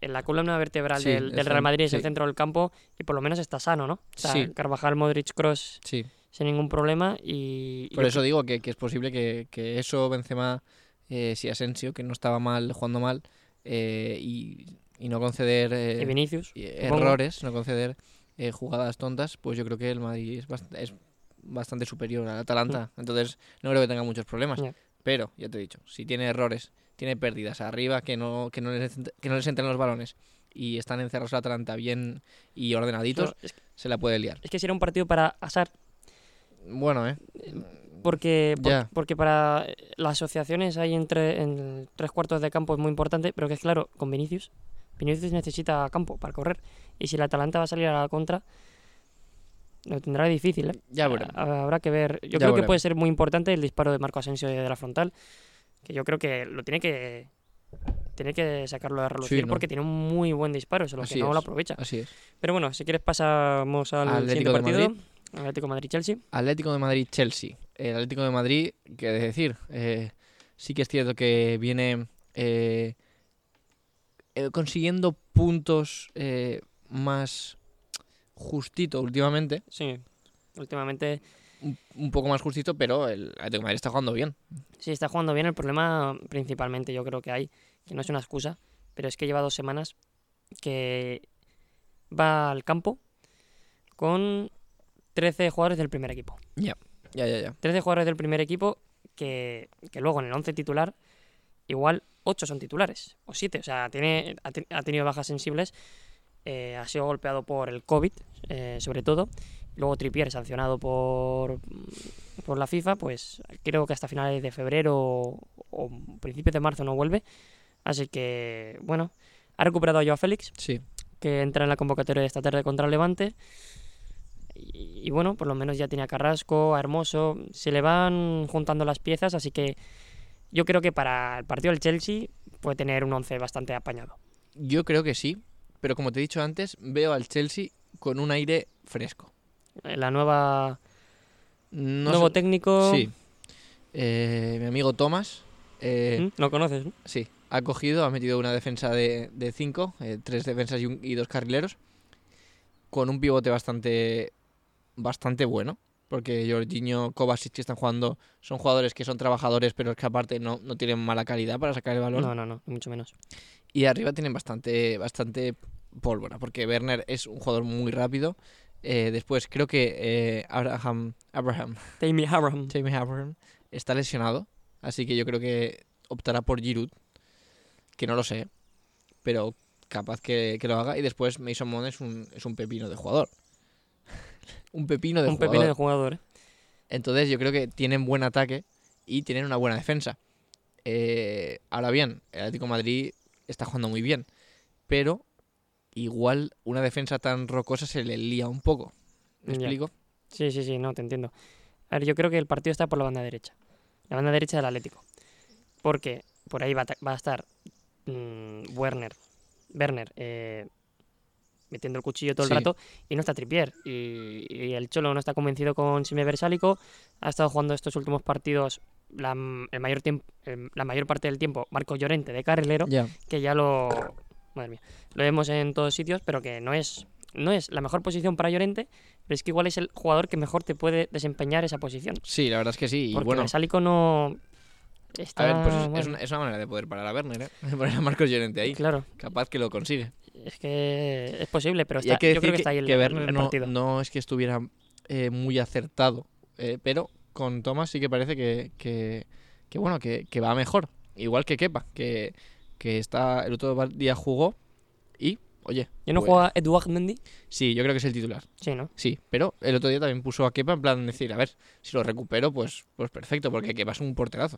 en la columna vertebral
Sí,
del, del
es
Real
el-
Madrid es el
sí.
centro del campo y por lo menos está sano, ¿no? Está
Sí.
Carvajal, Modric, Cross
Sí.
sin ningún problema y... y
Por
yo
eso digo que, que es posible que, que eso Benzema, eh, si Asensio, que no estaba mal, jugando mal, eh, y, y no conceder
creo que
eh,
Vinicius.
eh,
supongo.
errores, no conceder eh, jugadas tontas, pues yo creo que el Madrid es, bast- es bastante superior al Atalanta. Entonces no creo que tenga muchos problemas.
Mm. Ya.
Pero, ya te he dicho, si tiene errores, tiene pérdidas arriba, que no, que no, les, ent- que no les entren los balones y están encerrados al Atalanta bien y ordenaditos,
Claro, es,
se la puede liar.
es que si era un partido para asar,
Bueno, ¿eh?
porque, por-
Ya.
porque para eh, las asociaciones hay entre en tres cuartos de campo es muy importante, pero que es claro, con Vinicius, Vinicius necesita campo para correr. Y si el Atalanta va a salir a la contra, lo tendrá difícil, ¿eh?
Ya veremos.
Ha- Habrá que ver. Yo
Ya
creo que
veremos.
puede ser muy importante el disparo de Marco Asensio de la frontal, que yo creo que lo tiene que tiene que sacarlo de relucir
¿no?
porque tiene un muy buen disparo, solo
Así
que no lo
es.
aprovecha.
Así es.
Pero bueno, si quieres pasamos al
Atlético
siguiente
de
partido.
Madrid.
Atlético Madrid-Chelsea.
Atlético de Madrid-Chelsea. El Atlético de Madrid, qué decir, Eh, sí que es cierto que viene eh, eh, consiguiendo puntos eh, más justito últimamente,
Sí. Últimamente
un, un poco más justito, pero el Atlético de Madrid está jugando bien.
Sí, está jugando bien. El problema principalmente yo creo que hay, que no es una excusa, pero es que lleva dos semanas que va al campo con 13 jugadores del primer equipo.
Ya, ya, ya.
13 jugadores del primer equipo que, que luego en el 11 titular igual 8 son titulares o 7. O sea, tiene, ha, te- ha tenido bajas sensibles, eh, ha sido golpeado por el COVID eh, sobre todo. Luego Trippier sancionado por, por la FIFA, pues creo que hasta finales de febrero o, o principios de marzo no vuelve. Así que, bueno, ha recuperado a Joao Félix,
Sí.
que entra en la convocatoria de esta tarde contra Levante. Y, y bueno, por lo menos ya tiene a Carrasco, a Hermoso, se le van juntando las piezas, así que yo creo que para el partido del Chelsea puede tener un once bastante apañado.
Yo creo que sí, pero como te he dicho antes, veo al Chelsea con un aire fresco.
Eh, La nueva
No
nuevo
sé-
técnico,
Sí. Eh, mi amigo Tomás. eh,
¿Mm? lo conoces, ¿no?
Sí, ha cogido, ha metido una defensa de, de cinco, eh, tres defensas y, un- y dos carrileros, con un pivote bastante, bastante bueno, porque Jorginho, Kovacic que están jugando, son jugadores que son trabajadores, pero que aparte no, no tienen mala calidad para sacar el balón.
No, no, no, ni mucho menos.
Y arriba tienen bastante, bastante pólvora, porque Werner es un jugador muy rápido. Eh, después creo que eh, Abraham, Abraham,
Tammy Abraham.
Jamie Abraham está lesionado, así que yo creo que optará por Giroud, que no lo sé, pero capaz que, que lo haga. Y después Mason Mount es un, es un pepino de jugador. (laughs) un pepino de
Un
jugador.
pepino de jugador. ¿eh?
Entonces yo creo que tienen buen ataque y tienen una buena defensa. Eh, ahora bien, el Atlético de Madrid está jugando muy bien, pero igual una defensa tan rocosa se le lía un poco. ¿Me
Ya.
explico?
Sí, sí, sí, no, te entiendo. A ver, yo creo que el partido está por la banda derecha. La banda derecha del Atlético. Porque por ahí va a, ta- va a estar mm, Werner, Werner eh, metiendo el cuchillo todo el
Sí.
rato y no está Trippier. Y, y el Cholo no está convencido con Sime Bersálico. Ha estado jugando estos últimos partidos la, m- el mayor tiemp- el- la mayor parte del tiempo Marco Llorente de carrilero
Ya.
que ya lo madre mía, lo vemos en todos sitios, pero que no es no es la mejor posición para Llorente, pero es que igual es el jugador que mejor te puede desempeñar esa posición.
Sí, la verdad es que sí. Y
porque
bueno,
Bersálico no está
A ver, pues es, es (laughs)
bueno,
una, es una manera de poder parar a Werner, ¿eh? De poner a Marcos Llorente ahí.
claro.
Capaz que lo consigue.
Es que es posible, pero
Y hay
está,
que
yo creo
decir
que, está ahí el,
que Werner
el
no,
partido.
no es que estuviera eh, muy acertado, eh, pero con Thomas sí que parece que, que- que, bueno, que, que va mejor. Igual que Kepa, que, que está, el otro día jugó y, oye,
¿Ya no
pues,
juega Eduard Mendy?
sí, yo creo que es el titular,
Sí, ¿no?
sí, pero el otro día también puso a Kepa en plan decir, a ver, si lo recupero, pues, pues perfecto, porque Kepa es un porterazo.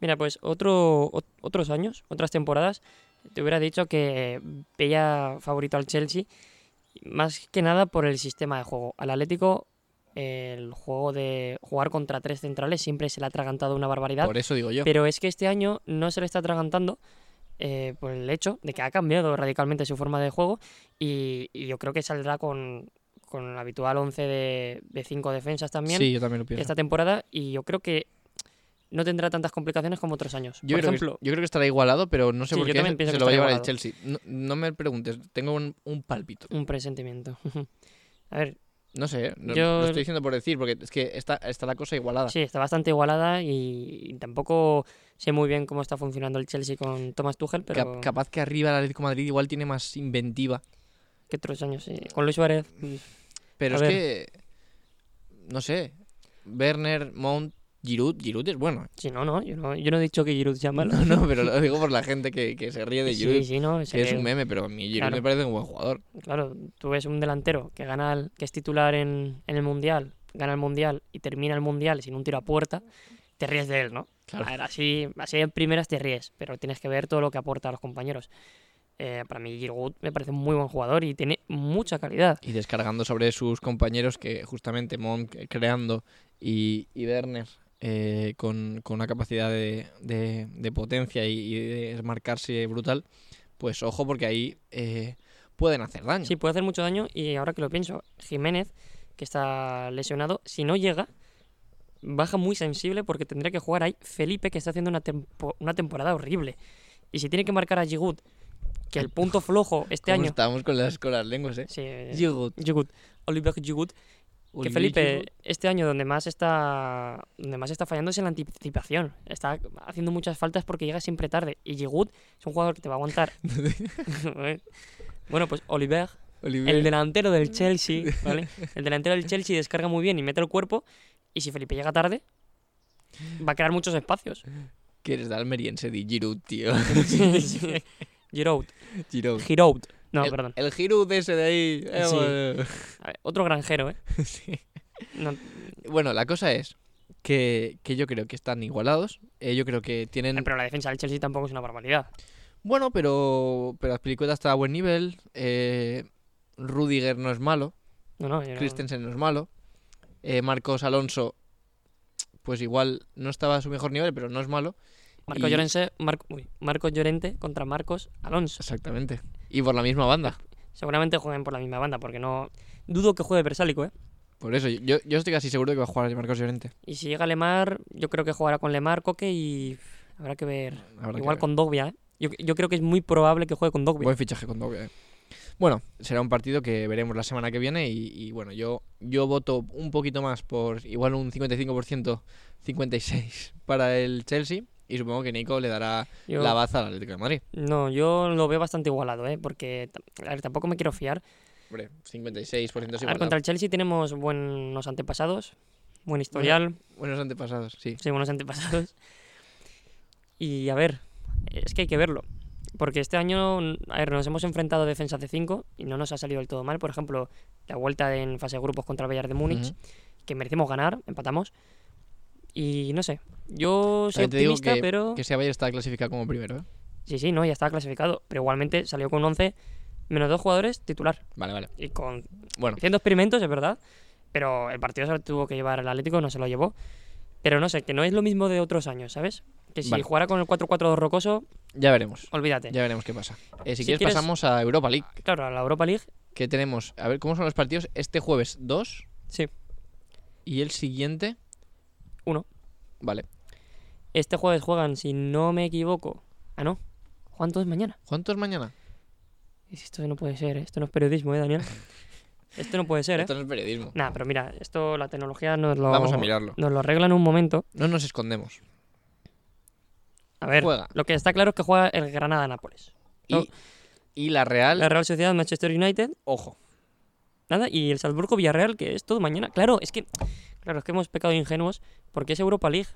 Mira, pues otro, ot- otros años, otras temporadas, te hubiera dicho que veía favorito al Chelsea, más que nada por el sistema de juego. Al Atlético, el juego de jugar contra tres centrales siempre se le ha atragantado una barbaridad.
Por eso digo yo.
Pero es que este año no se le está atragantando eh, por el hecho de que ha cambiado radicalmente su forma de juego y, y yo creo que saldrá con, con el habitual 11 de, de cinco defensas también
sí, yo también lo pienso.
esta temporada y yo creo que no tendrá tantas complicaciones como otros años.
Yo,
por
creo
ejemplo,
que, yo creo que estará igualado, pero no sé
Sí,
por
yo
qué
también
se
pienso que
lo va a
estará
llevar el
igualado.
Chelsea. No, no me preguntes, tengo un, un pálpito.
un presentimiento. (laughs) A ver,
No sé, ¿eh? no,
Yo-
lo estoy diciendo por decir, porque es que está, está la cosa igualada.
sí, está bastante igualada y tampoco sé muy bien cómo está funcionando el Chelsea con Thomas Tuchel,
Cap-
pero
capaz que arriba el Atlético de Madrid igual tiene más inventiva.
que otros años sí. Con Luis Suárez, mm,
Pero
A
es
ver.
que. No sé. Werner, Mount, Giroud. Giroud es bueno. ¿eh?
sí, no, no, yo no, yo no he dicho que Giroud sea malo.
(laughs) No, no, pero lo digo por la gente que, que se ríe de Giroud.
(laughs) sí, sí, no, sé
que es
que-
un meme, pero a mí Giroud
Claro.
me parece un buen jugador.
claro, tú ves un delantero que gana, el- que es titular en, en el mundial, gana el mundial y termina el mundial sin un tiro a puerta, te ríes de él, ¿no?
Claro.
A ver, así, así en primeras te ríes, pero tienes que ver todo lo que aporta a los compañeros. Eh, para mí, Giroud me parece un muy buen jugador y tiene mucha calidad.
Y descargando sobre sus compañeros que justamente Mount eh, creando y, y Werner eh, con, con una capacidad de, de- de potencia y, y de desmarcarse brutal, pues ojo porque ahí eh, pueden hacer daño.
Sí, puede hacer mucho daño y ahora que lo pienso, Jiménez, que está lesionado, si no llega, baja muy sensible porque tendría que jugar ahí Felipe, que está haciendo una, tempo- una temporada horrible. Y si tiene que marcar a Giroud, que el punto flojo este
¿Cómo
año...
Estamos con las, con las lenguas, ¿eh?
Sí,
Giroud,
Giroud, Oliver Giroud, Que
Olivier
Felipe,
Giroud.
este año donde más está donde más está fallando es en la anticipación. Está haciendo muchas faltas porque llega siempre tarde. Y Giroud es un jugador que te va a aguantar.
(laughs)
(laughs) bueno, pues Oliver,
Olivier.
el delantero del Chelsea,
(laughs)
¿vale? El delantero del Chelsea descarga muy bien y mete el cuerpo. Y si Felipe llega tarde, va a crear
(laughs)
muchos espacios. (laughs)
Que eres de almeriense, di Giroud, tío.
Giroud,
Giroud.
Giroud. No,
el,
perdón.
El Giroud ese de ahí. eh,
Sí.
bueno. (laughs)
A ver, otro granjero, ¿eh?
Sí.
No,
Bueno, la cosa es que, que yo creo que están igualados. eh, yo creo que tienen...
pero la defensa del Chelsea tampoco es una barbaridad.
Bueno, pero, pero Aspilicueta está a buen nivel. eh, Rudiger no es malo.
No, no, yo no-
Christensen no es malo. eh, Marcos Alonso, pues igual no estaba a su mejor nivel, pero no es malo.
Marco
Y-
Llorente, Marcos Llorente contra Marcos Alonso.
Exactamente. Y por la misma banda.
Seguramente jueguen por la misma banda, porque no. Dudo que juegue Bersálico, ¿eh?
Por eso, yo, yo estoy casi seguro de que va a jugar Marcos Llorente.
Y si llega Lemar, yo creo que jugará con Lemar, Coque y. Habrá que ver.
Habrá que
Igual
ver.
con Dogbia, ¿eh? Yo, yo creo que es muy probable que juegue con Dogbia.
Buen fichaje con Doble. Bueno, será un partido que veremos la semana que viene y, y bueno, yo, yo voto un poquito más por igual un 55%, 56% para el Chelsea y supongo que Nico le dará
Yo-
la baza al Atlético de Madrid.
No, yo lo veo bastante igualado, ¿eh? Porque t- a ver, tampoco me quiero fiar.
Hombre, 56% es
A ver,
igualdad.
contra el Chelsea tenemos buenos antepasados, buen historial,
Buenos antepasados, sí.
sí, buenos antepasados. (laughs) Y a ver, es que hay que verlo. Porque este año, a ver, nos hemos enfrentado a defensas de 5 y no nos ha salido del todo mal. Por ejemplo, la vuelta en fase de grupos contra el Bayern de Múnich,
Ujú.
que merecimos ganar, empatamos. Y no sé, yo soy
También te digo
optimista, pero...
Que sea Bayern está clasificado como primero, ¿eh?
Sí, sí, no, ya estaba clasificado. Pero igualmente salió con 11 menos dos jugadores titular.
Vale, vale.
Y con
Bueno,
haciendo experimentos, es verdad. Pero el partido se lo tuvo que llevar el Atlético, no se lo llevó. Pero no sé, que no es lo mismo de otros años, ¿sabes? Que si
Vale.
jugara con el 4-4-2 rocoso,
ya veremos.
olvídate.
Ya veremos qué pasa. Eh, si,
Si
quieres,
quieres-
pasamos a Europa League,
Claro, a la Europa League,
que tenemos... A ver, ¿cómo son los partidos? Este jueves 2
sí.
y el siguiente...
Uno.
Vale.
Este jueves juegan, si no me equivoco. Ah, no. Juegan todos mañana.
¿Cuántos mañana?
Esto no puede ser, ¿eh? esto no es periodismo, ¿eh,
(laughs)
Daniel? Esto no puede ser, ¿eh?
Esto no es periodismo.
Nah, pero mira, esto la tecnología nos lo,
Vamos a mirarlo.
nos lo arregla en un momento.
No nos escondemos.
A ver,
Juega.
lo que está claro es que juega el Granada-Nápoles.
Y
No.
Y la Real,
La Real Sociedad, Manchester United,
ojo.
nada, y el Salzburgo Villarreal, que es todo mañana. Claro, es que, claro, es que hemos pecado de ingenuos, porque es Europa League,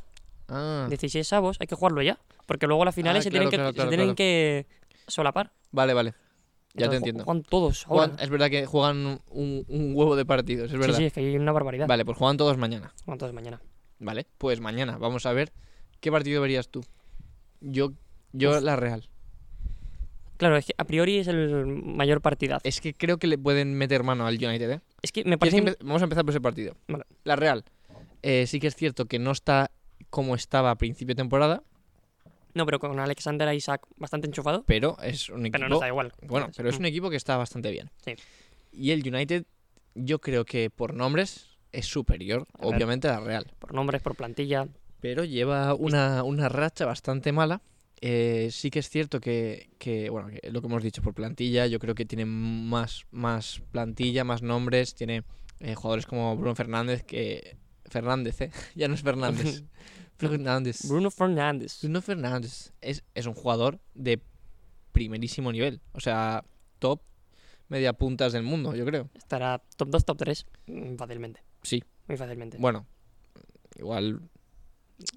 Ah,
16 avos, hay que jugarlo ya, porque luego las finales
Ah,
se,
claro,
tienen,
claro,
que,
claro,
se tienen
claro.
que solapar.
vale, vale. Ya te
Entonces,
entiendo.
Juegan todos ahora.
Juegan- es verdad que juegan un, un huevo de partidos, es
sí,
verdad.
sí, es que hay una barbaridad.
Vale, pues juegan todos mañana.
Juegan todos mañana.
Vale, pues mañana vamos a ver qué partido verías tú. Yo, yo la Real.
Claro, es que a priori es el mayor partidazo.
Es que creo que le pueden meter mano al United, ¿eh?
Es que
¿Quieres
me parece...
que empe- Vamos a empezar por ese partido.
Vale.
La Real. eh, sí que es cierto que no está como estaba a principio de temporada,
No, pero con Alexander Isaac bastante enchufado,
pero es un equipo.
pero nos da igual.
Bueno, pero es un equipo que está bastante bien.
Mm. Sí.
Y el United, yo creo que por nombres es superior,
A ver.
obviamente, a la Real.
Por nombres, por plantilla.
Pero lleva una, una racha bastante mala. Eh, sí que es cierto que, que, bueno, que lo que hemos dicho por plantilla, yo creo que tiene más, más plantilla, más nombres, tiene eh, jugadores como Bruno Fernández, que... Fernández, ¿eh? (laughs) Ya no es Fernández. Fernández.
Bruno Fernández.
Bruno Fernández es, es un jugador de primerísimo nivel. O sea, top media puntas del mundo, yo creo.
Estará top 2, top 3 fácilmente.
Sí.
Muy fácilmente.
Bueno, igual...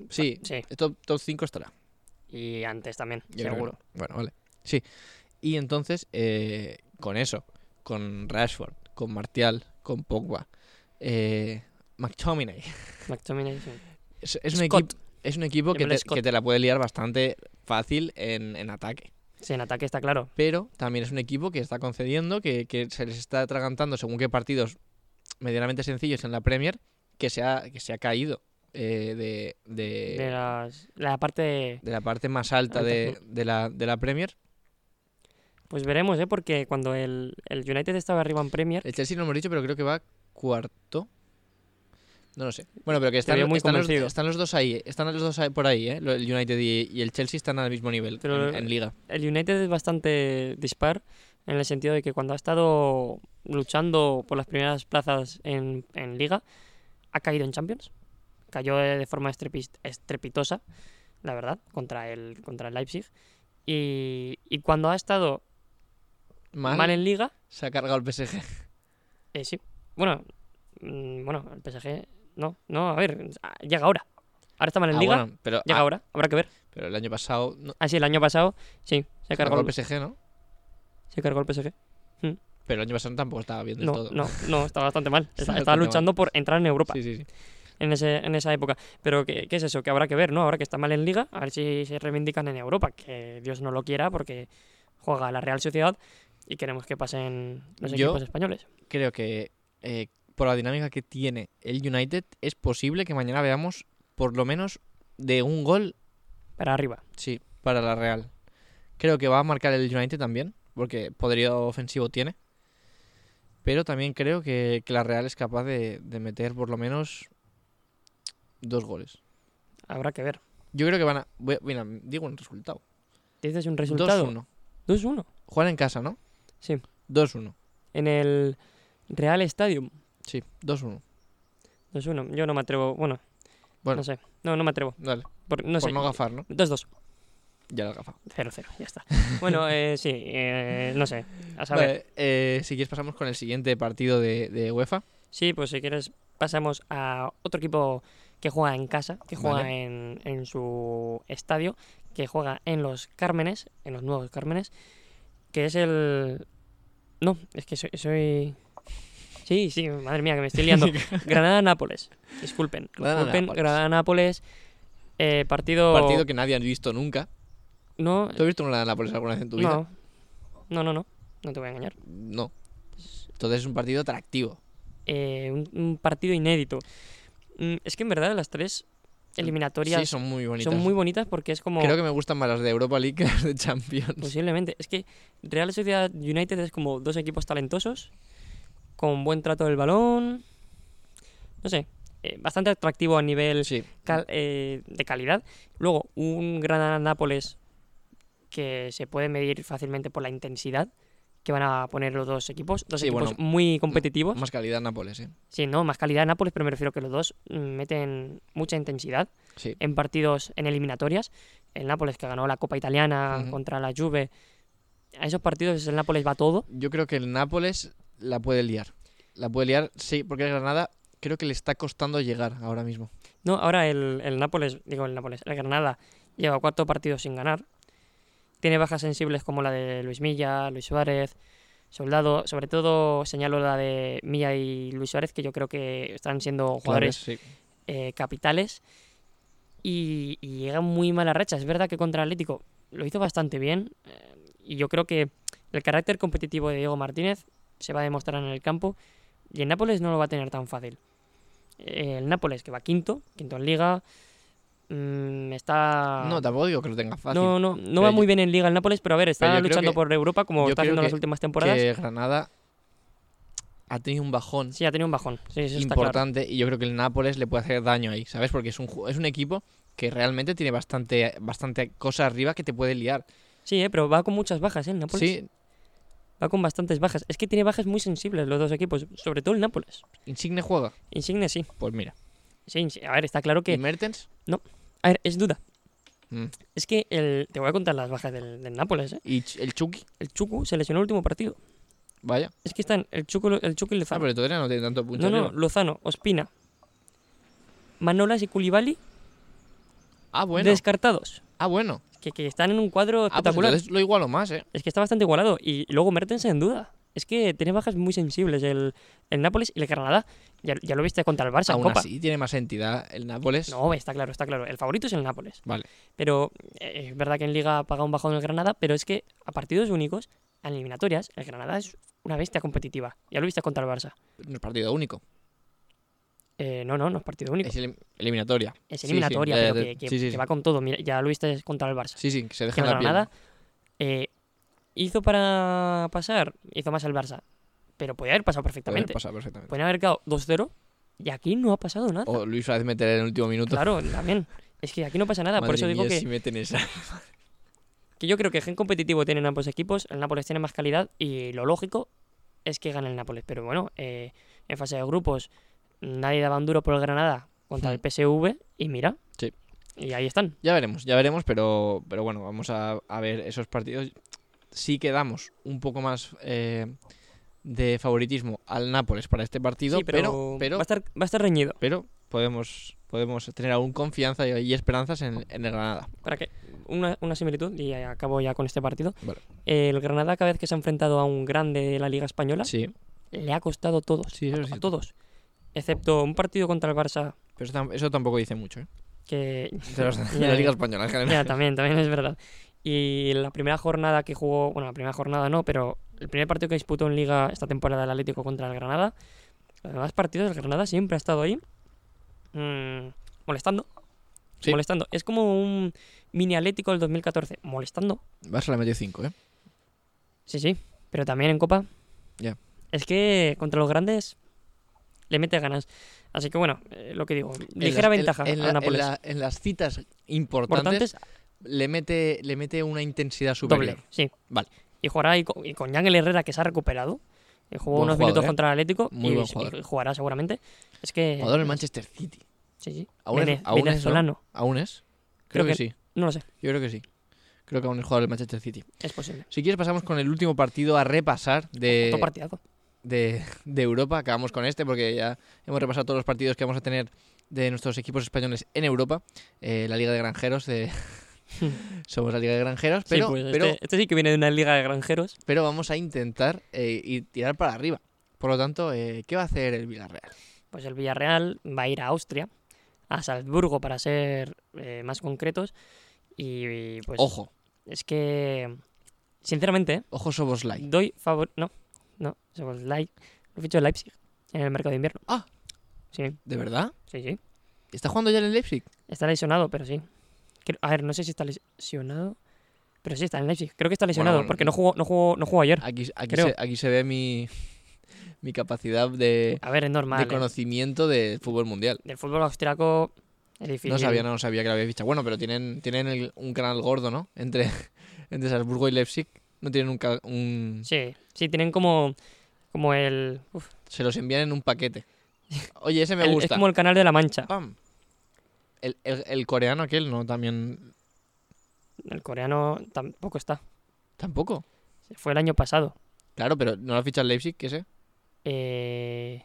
Sí,
Sí,
top, top 5 estará.
y antes también,
Yo creo que
seguro.
no. Bueno, vale. Sí. Y entonces, eh, con eso, con Rashford, con Martial, con Pogba, eh, McTominay.
McTominay, sí.
Es, es un,
Scott.
equipo, es un equipo que
Llámale
te,
Scott.
que te la puede liar bastante fácil en, en ataque.
Sí, en ataque está claro.
Pero también es un equipo que está concediendo, que, que se les está atragantando según qué partidos medianamente sencillos en la Premier, que se ha, que se ha caído eh, de, de-
de las- la parte de-
de la parte más alta
Alta,
de, de la, de la Premier.
Pues veremos, ¿eh? Porque cuando el, el United estaba arriba en Premier,
El Chelsea no lo hemos dicho, pero creo que va cuarto. No lo sé. Bueno, pero que
veo
están,
muy
están, los,
convencido.
están los dos ahí. eh. Están los dos ahí- por ahí, ¿eh? Lo- El United y, y el Chelsea están al mismo nivel
Pero-
en, en liga.
el United es bastante dispar en el sentido de que cuando ha estado luchando por las primeras plazas en, en Liga, ha caído en Champions. Cayó de de forma estrepis- estrepitosa, la verdad, contra el, contra el Leipzig. Y, y cuando ha estado
Mal,
mal en Liga,
se ha cargado el PSG.
Eh, sí. Bueno, mm, bueno, el PSG. No, no, a ver, ah, llega ahora. Ahora está mal en
Ah,
Liga,
bueno, pero,
llega
ah,
ahora, habrá que ver.
pero el año pasado no,
Ah, sí, el año pasado, sí, se
se
cargó,
cargó
el,
el PSG, ¿no?
se cargó el PSG.
Pero el año pasado tampoco estaba bien del
No,
todo.
no, no, está
(laughs)
bastante mal. Está-
Está
Estaba
bastante
luchando por entrar en Europa
Sí, sí, sí.
en, ese, en esa época. Pero ¿qué, qué es eso? Que habrá que ver, ¿no? Ahora que está mal en Liga, a ver si se reivindican en Europa. Que Dios no lo quiera porque juega la Real Sociedad y queremos que pasen los
Yo-
equipos españoles.
Creo que eh, por la dinámica que tiene el United, es posible que mañana veamos por lo menos de un gol
Para arriba.
Sí, para la Real. Creo que va a marcar el United también, porque poderío ofensivo tiene. Pero también creo que, que la Real es capaz de, de meter por lo menos dos goles.
Habrá que ver.
Yo creo que van a... voy- mira, digo un resultado.
Dices un resultado.
2-1.
2-1.
Juegan en casa, ¿no?
Sí.
2-1.
En el Real Stadium.
Sí, 2-1.
2-1. Yo no me atrevo. Bueno,
Bueno.
no sé. No, no me atrevo.
Dale,
Por, no
por
sé.
no gafar, ¿no?
2-2.
Ya la gafa.
0-0. Ya está. bueno, eh, sí. eh, no sé. A saber.
Vale, eh, si quieres pasamos con el siguiente partido de, de UEFA.
Sí, pues si quieres, pasamos a otro equipo que juega en casa, que juega
Vale.
en, en su estadio, que juega en los Cármenes, en los nuevos Cármenes, que es el. No, es que soy. soy- Sí, sí, madre mía, que me
(laughs)
estoy liando. Granada-Nápoles. Disculpen.
Granada-Nápoles.
Disculpen, Granada-Nápoles. eh, partido.
Partido que nadie ha visto nunca.
No,
¿Tú has visto una Nápoles alguna vez en tu vida?
no. No, no, no. No te voy a engañar.
No. Entonces es un partido atractivo.
Eh, un, un partido inédito. Mm, es que en verdad las tres eliminatorias
Sí, son muy bonitas.
son muy bonitas porque es como
Creo que me gustan más las de Europa League que las de Champions.
posiblemente es que Real Sociedad United es como dos equipos talentosos con buen trato del balón no sé eh, bastante atractivo a nivel
sí.
cal- eh, de calidad luego un Granada Nápoles que se puede medir fácilmente por la intensidad que van a poner los dos equipos dos
Sí, bueno,
equipos muy competitivos
Más calidad Nápoles, ¿eh?
Sí, no, más calidad Nápoles, pero me refiero que los dos mm, meten mucha intensidad
Sí.
en partidos en eliminatorias. El Nápoles que ganó la Copa Italiana
Ujú.
contra la Juve A esos partidos el Nápoles va todo.
Yo creo que el Nápoles la puede liar. La puede liar, sí, porque el Granada creo que le está costando llegar ahora mismo.
No, ahora el, el Nápoles, digo el Nápoles, el Granada lleva cuatro partidos sin ganar. Tiene bajas sensibles como la de Luis Milla, Luis Suárez, Soldado. Sobre todo señalo la de Milla y Luis Suárez, que yo creo que están siendo jugadores
Claro, sí.
eh, capitales y, y llega muy mala racha. Es verdad que contra Atlético lo hizo bastante bien eh, y yo creo que el carácter competitivo de Diego Martínez se va a demostrar en el campo y el Nápoles no lo va a tener tan fácil. Eh, El Nápoles que va quinto, quinto en liga, mm, está...
No, tampoco digo que lo tenga fácil.
no, no, no
Pero
va
yo-
muy bien en liga el Nápoles, pero a ver,
Pero
está
yo creo
luchando
que-
por Europa como
yo
está
creo
haciendo en
que-
las últimas temporadas.
Que Granada ha tenido un bajón
Sí, ha tenido un bajón. Sí, eso está claro.
importante y yo creo que el Nápoles le puede hacer daño ahí, ¿sabes? Porque es un, ju- es un equipo que realmente tiene bastante, bastante cosa arriba que te puede liar.
Sí, eh, pero va con muchas bajas ¿eh? el Nápoles.
Sí,
Va con bastantes bajas. Es que tiene bajas muy sensibles los dos equipos, sobre todo el Nápoles.
Insigne juega.
Insigne sí.
Pues mira.
sí Insi- A ver, está claro
¿Y
que.
Mertens?
A ver, es duda.
Mm.
Es que el... te voy a contar las bajas del, del Nápoles. ¿eh?
¿Y Ch- el Chucky?
El Chucu se lesionó el último partido.
Vaya.
Es que están el Chucu, el Chucu y
Ah,
Lozano.
pero todavía no tiene tanto punto.
no, no,
arriba.
Lozano, Ospina, Manolas y Culibali
Ah, bueno.
descartados.
Ah, bueno.
Que, que están en un cuadro
Ah, pues
espectacular.
entonces lo igualo más, ¿eh?
Es que está bastante igualado. Y luego Mertens en duda. Es que tiene bajas muy sensibles el, el Nápoles y el Granada. Ya, ya lo viste contra el Barça en
Aún
Copa.
así tiene más entidad el Nápoles.
No, está claro, está claro. El favorito es el Nápoles.
Vale.
Pero eh, es verdad que en Liga paga un bajón el Granada, pero es que a partidos únicos, a eliminatorias, el Granada es una bestia competitiva. Ya lo viste contra el Barça.
No es partido único.
Eh, no, no, no es partido único.
Es elim- eliminatoria.
Es
sí,
eliminatoria,
ya, ya,
pero
ya.
que, que-
Sí, sí,
que
sí.
va con todo. Mira, ya lo viste contra el Barça.
Sí, sí, que se
que
deja
el
en la piel.
Granada eh, hizo para pasar, hizo más el Barça, pero podía haber pasado
Puede
perfectamente.
pasar perfectamente.
Podían haber quedado 2-0 y aquí no ha pasado nada.
O Luis Suárez meter en el último minuto.
Claro, también. Es que aquí no pasa nada, por
Madre
eso digo
mía,
que
si meten esa. (laughs)
que yo creo que gen competitivo tienen ambos equipos, el Nápoles tiene más calidad y lo lógico es que gane el Nápoles. Pero bueno, eh, en fase de grupos nadie daba un duro por el Granada contra el
Mm.
PSV y mira.
Sí.
Y ahí están.
Ya veremos, ya veremos, pero, pero bueno, vamos a, a ver esos partidos. Sí que damos un poco más eh, de favoritismo al Nápoles para este partido,
Sí,
pero, pero,
va, a estar, va a estar reñido.
pero podemos, podemos tener aún confianza y, y esperanzas en, en el Granada.
Para que una, una similitud, y acabo ya con este partido.
Vale.
El Granada, cada vez que se ha enfrentado a un grande de la Liga Española,
Sí,
le ha costado todos.
Pues sí, eso es
A
cierto.
todos. Excepto un partido contra el Barça
Pero eso, tam- eso tampoco dice mucho, ¿eh?
que
De, los- de
Ya,
la
ya.
Liga Española en general. (laughs)
Ya, también, también es verdad. Y la primera jornada que jugó, bueno, la primera jornada no, pero el primer partido que disputó en Liga esta temporada el Atlético contra el Granada, los demás partidos el Granada siempre ha estado ahí, mm, molestando.
Sí.
Molestando. Es como un mini Atlético del 2014, molestando.
Barça le metió 5, ¿eh?
Sí, sí, pero también en Copa.
Ya.
Es que contra los grandes le mete ganas. Así que bueno, eh, lo que digo,
En
ligera
las- en-
ventaja
en,
al
la- en
Nápoles.
la- en las citas
Por tanto,
importantes
es
le mete, le mete una intensidad superior.
Doble, sí.
Vale.
Y jugará y con, y con Yangel Herrera, que se ha recuperado. y jugó
Buen
unos
jugador,
minutos
¿eh?
contra el Atlético
Muy
y,
buen
y
jugador.
jugará seguramente. Es que.
Jugador del Manchester City.
Sí, sí.
Aún es-
Eh, Vene-
aún es, ¿no?
venezolano.
¿Aún es? Creo,
Creo
que,
que-
sí.
¿no? lo sé.
Yo creo que sí. Creo que aún es jugador del Manchester City.
Es posible.
Si quieres, pasamos con el último partido a repasar de,
Otro partidazo.
de, de Europa. Acabamos con este porque ya hemos repasado todos los partidos que vamos a tener de nuestros equipos españoles en Europa. Eh, la Liga de Granjeros. de- (laughs) Somos la Liga de Granjeros, pero,
sí, pues
pero,
este, este sí que viene de una liga de granjeros.
pero vamos a intentar eh, y tirar para arriba. Por lo tanto, eh, ¿qué va a hacer el Villarreal?
Pues el Villarreal va a ir a Austria, a Salzburgo para ser eh, más concretos. Y, y, pues.
ojo,
Es que. Sinceramente, ¿eh?
ojo Soboslai.
doy favor. No, no, somos Leipzig. Lo he dicho Leipzig en el mercado de invierno.
Ah.
Sí,
¿De verdad?
sí, sí.
¿Está jugando ya en el Leipzig?
Está lesionado, pero sí. Creo- a ver, no sé si está lesionado. Pero sí, está en Leipzig. Creo que está lesionado,
bueno, Ah,
porque no jugó, no jugó, no jugó ayer.
Aquí, aquí,
Creo.
se, aquí se ve mi, (laughs) mi capacidad de,
A ver, es normal.
de
¿eh?
conocimiento del fútbol mundial.
Del fútbol austriaco es difícil.
No sabía, no sabía que lo había fichado. Bueno, pero tienen, tienen el- un canal gordo, ¿no? Entre, (laughs) entre Salzburgo y Leipzig. No tienen un, ca- un-
Sí, sí, tienen como, como el, uf,
Se los envían en un paquete. Oye, ese me
el- Es
gusta.
como el canal de la Mancha.
Pam. El, el- el coreano aquel no también.
El coreano tampoco está.
Tampoco.
Fue el año pasado.
Claro, pero ¿no lo ficha el Leipzig? ¿Qué sé?
Eh,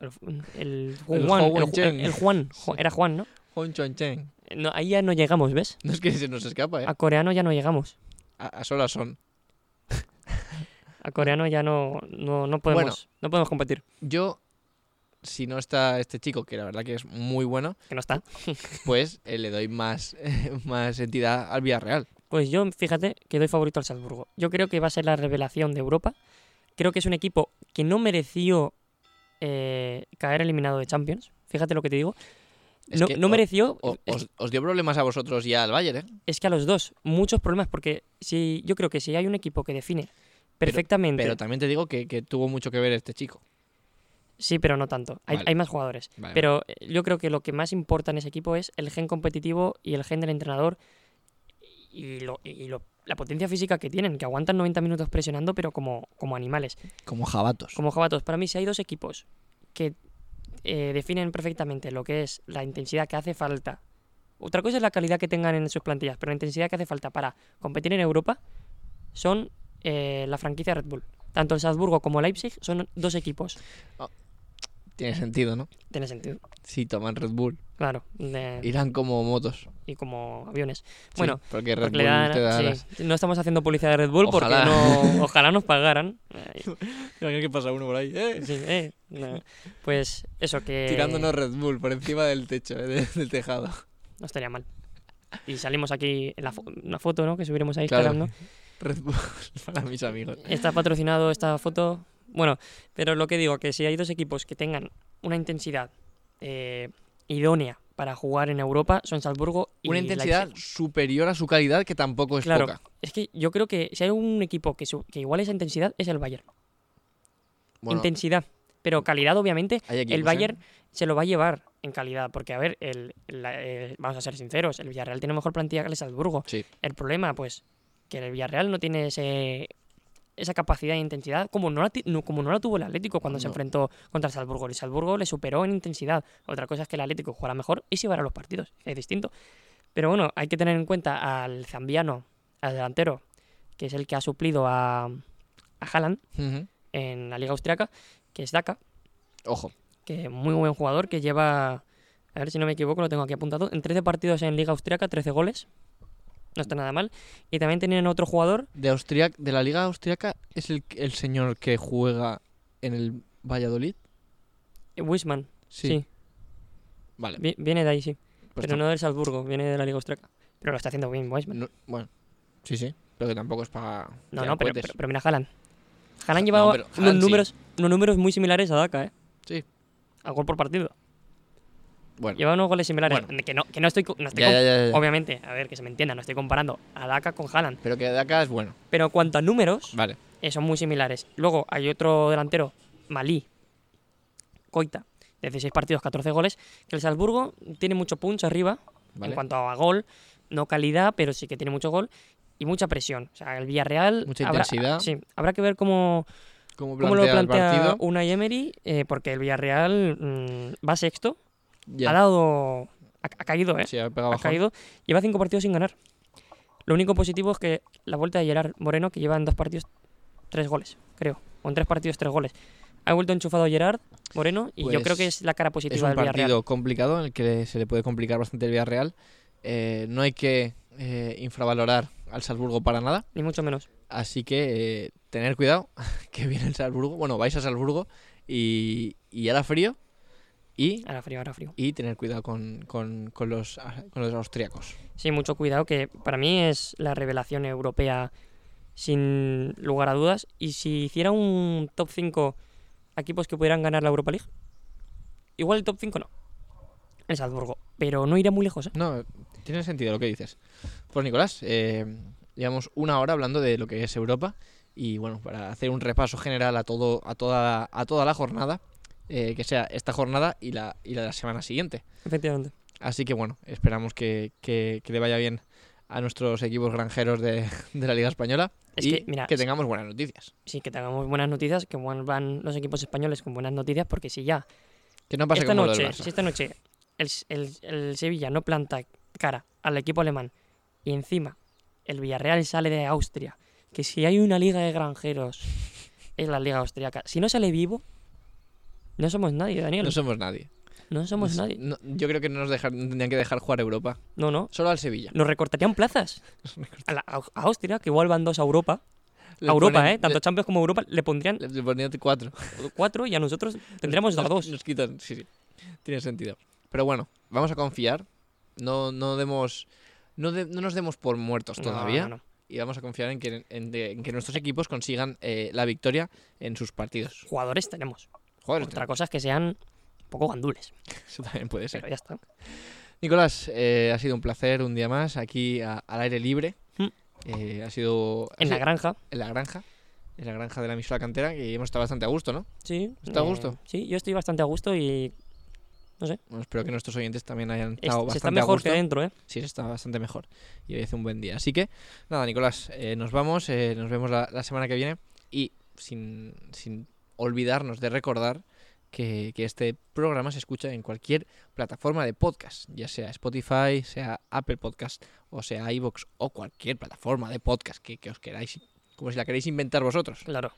el, el
El
Juan, el,
Juan
Ju-
Chen.
el Juan,
Sí.
Ju- era Juan, ¿no?
Hon Chon Chen.
No, Ahí ya no llegamos, ¿ves?
(laughs) No es que se nos escapa, ¿eh?
A coreano ya no llegamos.
A, a solas son.
A coreano ya no, no, no podemos, no podemos competir.
Yo, si no está este chico, que la verdad que es muy bueno,
Que no está.
pues eh, le doy más, (laughs) más entidad al Villarreal.
Pues yo, fíjate, que doy favorito al Salzburgo. Yo creo que va a ser la revelación de Europa. Creo que es un equipo que no mereció eh, caer eliminado de Champions. Fíjate lo que te digo.
Es
no,
que
no
o-
mereció.
O-
es-
os, os dio problemas a vosotros y al Bayern, ¿eh?
es que a los dos, muchos problemas, porque si yo creo que si hay un equipo que define perfectamente.
Pero también te digo que, que tuvo mucho que ver este chico.
sí, pero no tanto. Hay,
Vale.
hay más jugadores.
Vale,
Pero eh, yo creo que lo que más importa en ese equipo es el gen competitivo y el gen del entrenador y, lo- y lo- la potencia física que tienen, que aguantan 90 minutos presionando, pero como, como animales.
Como jabatos.
pues, Como jabatos, para mí si hay dos equipos que eh, definen perfectamente lo que es la intensidad que hace falta. Otra cosa es la calidad que tengan en sus plantillas, pero la intensidad que hace falta para competir en Europa son eh, la franquicia Red Bull. Tanto el Salzburgo como el Leipzig son dos equipos.
Tiene sentido, ¿no?
Tiene sentido.
Sí, toman Red Bull.
Claro. de-
Irán como motos.
y como aviones.
Sí,
Bueno,
porque Red
porque
Bull
le dan-
te da
sí,
las...
no estamos haciendo publicidad de Red Bull
Ojalá. (laughs)
porque no, ojalá nos pagaran. Eh,
que pasa uno por ahí.
sí, eh, no. Pues eso que
Tirándonos Red Bull por encima del techo, eh, de- del tejado. (laughs)
no estaría mal. Y salimos aquí en la fo- una foto, ¿no? Que subiremos a
Claro.
Instagram, ¿no?
Red Bull (laughs) para mis amigos.
Está patrocinado esta foto. Bueno, pero lo que digo, que si hay dos equipos que tengan una intensidad eh, idónea para jugar en Europa, son Salzburgo y
Una intensidad
Leipzig.
superior a su calidad que tampoco es
Claro.
poca.
Es que yo creo que si hay un equipo que, su- que iguale esa intensidad es el Bayern.
Bueno,
Intensidad. Pero calidad, obviamente,
hay equipos,
el
¿eh?
Bayern se lo va a llevar en calidad, porque a ver, el, la- eh, vamos a ser sinceros, el Villarreal tiene mejor plantilla que el Salzburgo.
Sí.
El problema, pues, que el Villarreal no tiene ese, esa capacidad de intensidad como no la, ti- no- como no la tuvo el Atlético cuando se
No.
enfrentó contra el Salzburgo. El Salzburgo le superó en intensidad. Otra cosa es que el Atlético jugará mejor y se llevará los partidos, es distinto. Pero bueno, hay que tener en cuenta al zambiano, al delantero, que es el que ha suplido a, a Haaland
Ujú.
en la liga austriaca, que es Daka
Ojo,
que muy buen jugador, que lleva, a ver si no me equivoco, lo tengo aquí apuntado, en 13 partidos en Liga Austriaca, 13 goles. No está nada mal. Y también tienen otro jugador,
de, austriac, de la liga austriaca es el, el señor que juega en el Valladolid.
eh, Wisman. Sí,
Vale.
vi- viene de ahí, sí.
pues
Pero
tam-
no del Salzburgo, viene de la Liga Austriaca. Pero lo está haciendo bien Wisman.
no- Bueno, sí, sí. Pero que tampoco es para.
No,
tirar
no, pero,
cohetes.
pero- pero mira Haaland. Haaland
pues No,
llevaba
pero
unos,
Haaland sí.
números, unos números muy similares a Daka, ¿eh?
Sí.
A gol por partido.
Bueno,
Lleva unos goles similares.
Bueno.
Que, no, que no estoy, co- no estoy
ya,
com-
ya, ya, ya.
Obviamente, a ver, que se me entienda, no estoy comparando a Daka con Haaland.
Pero que de acá es bueno.
Pero cuanto a números,
Vale.
eh, son muy similares. Luego hay otro delantero, Malí, Coita, 16 partidos, 14 goles, que el Salzburgo tiene mucho punch arriba
vale.
en cuanto a gol, no calidad, pero sí que tiene mucho gol y mucha presión. O sea, el Villarreal...
Mucha
habrá-
intensidad.
Sí, habrá que ver cómo,
¿Cómo plantea,
cómo lo
el
plantea
partido?
Unai Emery, eh, porque el Villarreal mm, va sexto,
Ya.
ha dado... Ha, ha caído, ¿eh?
Sí, ha pegado
ha
bajón.
caído. Lleva cinco partidos sin ganar. Lo único positivo es que la vuelta de Gerard Moreno, que lleva en dos partidos tres goles, creo. O en tres partidos tres goles. Ha vuelto enchufado Gerard Moreno y yo
Pues
creo que es la cara
Es
positiva
un
del Villarreal.
partido complicado en el que se le puede complicar bastante el Villarreal. Eh, no hay que eh, infravalorar al Salzburgo para nada.
Ni mucho menos.
Así que eh, tener cuidado (laughs) que viene el Salzburgo. Bueno, vais a Salzburgo y, y hará frío. Y,
Ahora frío, ahora frío.
y tener cuidado con, con- con los, con los austriacos.
Sí, mucho cuidado, que para mí es la revelación europea sin lugar a dudas. Y si hiciera un top 5 equipos que pudieran ganar la Europa League, igual el top 5 no. El Salzburgo. Pero no irá muy lejos, ¿eh?
No, tiene sentido lo que dices. Pues Nicolás, eh, llevamos una hora hablando de lo que es Europa y bueno, para hacer un repaso general a todo, a toda, a toda la jornada, eh, que sea esta jornada y la, y la de la semana siguiente.
Efectivamente.
Así que bueno, esperamos que, que- que le vaya bien a nuestros equipos granjeros de, de la Liga Española
Es
y
que, mira,
que tengamos buenas noticias.
sí, que tengamos buenas noticias, que vuelvan los equipos españoles con buenas noticias, porque si ya
Que no pase
esta
como lo
noche,
del Barça.
si esta noche el, S- el- el Sevilla no planta cara al equipo alemán y encima el Villarreal sale de Austria que si hay una liga de granjeros, es la liga austriaca. Si no sale vivo, no somos nadie, Daniel.
No somos nadie.
No somos
No-
nadie.
no- yo creo que no nos dejar- tendrían que dejar jugar Europa.
No, no.
Solo al Sevilla.
Nos recortarían plazas. A, la- a- a Austria, que igual van dos a Europa.
Le
a Europa,
ponen-
¿eh? Tanto Champions como Europa le pondrían
Le, le ponían cuatro.
cuatro y a nosotros tendríamos
Nos-
a dos.
(laughs) Nos quitan, sí, sí. Tiene sentido. Pero bueno, vamos a confiar. No, no demos. No, de- no nos demos por muertos
No,
Pues todavía.
no, no.
Y vamos a confiar en que, en de- en que nuestros equipos consigan eh, la victoria en sus partidos.
Jugadores tenemos.
Joder,
Otra cosa es que sean un poco gandules.
(laughs) eso también puede ser.
Pero ya está.
Nicolás, eh, ha sido un placer un día más aquí a- al aire libre.
Mm.
Eh, ha sido ha
En la
sido-
granja.
en la granja. En la granja de la emisora cantera, que hemos estado bastante a gusto, ¿no?
Sí.
¿Está a
eh,
gusto?
sí, yo estoy bastante a gusto y
Bueno, espero que nuestros oyentes también hayan
es-
estado Ah,
se
bastante
está
a
mejor
gusto.
que dentro, ¿eh?
Sí, se está bastante mejor. Y hoy hace un buen día. Así que, nada, Nicolás, eh, nos vamos. eh, nos vemos la, la semana que viene. Y sin, sin olvidarnos de recordar que, que este programa se escucha en cualquier plataforma de podcast, ya sea Spotify, sea Apple Podcast, o sea iVoox, o cualquier plataforma de podcast que, que os queráis, como si la queréis inventar
(laughs)
vosotros.
Claro.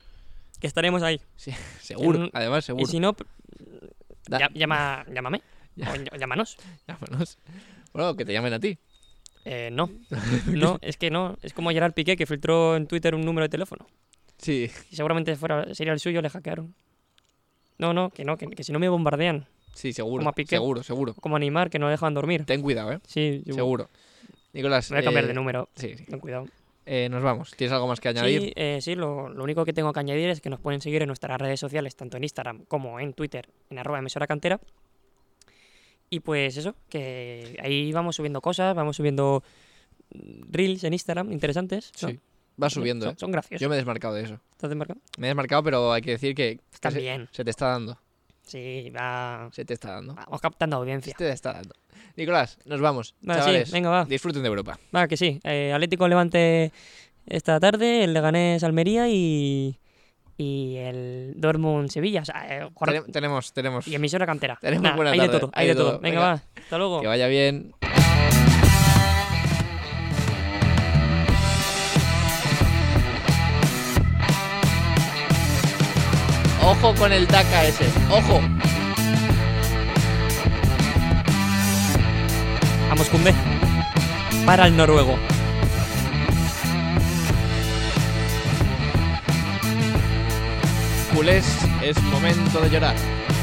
Que estaremos ahí.
Seguro,
un-
además,
Y
seguro.
si no, p-
Da-
ya- llama, llámame.
Ya.
O ll- llámanos.
Llámanos. Bueno, que te llamen a ti.
Eh,
(laughs)
no. No, es que no. Es como Gerard Piqué que filtró en Twitter un número de teléfono.
Sí,
Y seguramente fuera, sería el suyo, le hackearon. No, no, que no, que, que si no me bombardean.
sí, seguro.
Como a Piqué.
Seguro, seguro.
Como animar, que no dejan dormir.
Ten cuidado, ¿eh?
Sí, yo-
Seguro. Nicolás.
Me voy a cambiar
eh,
de número.
Sí, sí.
Ten cuidado.
Eh, nos vamos. ¿Tienes algo más que añadir?
Sí, eh, sí lo, lo único que tengo que añadir es que nos pueden seguir en nuestras redes sociales, tanto en Instagram como en Twitter, en arroba emisora cantera. Y pues eso, que ahí vamos subiendo cosas, vamos subiendo mm, reels en Instagram interesantes. ¿no?
Sí. Va subiendo,
Son,
¿eh?
son graciosos.
Yo me he desmarcado de eso.
¿Estás desmarcado?
Me he desmarcado, pero hay que decir que
Están
se,
bien.
se te está dando.
Sí, va...
Se te está dando.
vamos captando audiencia.
Se te está dando. Nicolás, nos vamos.
Vale, sí,
Chavales,
venga, va.
disfruten de Europa.
Va, que sí. Eh, Atlético Levante esta tarde, el Leganés Almería y, y el Dortmund Sevilla. O sea, eh, jor-
Tene- tenemos, tenemos.
y emisora cantera.
Tenemos
Nah,
buena
hay de
tarde,
todo, hay de todo.
venga.
Venga, va. Hasta luego.
Que vaya bien. Ojo con el DACA ese. Ojo.
Vamos, Cumbe. Para el noruego.
Culés, es momento de llorar.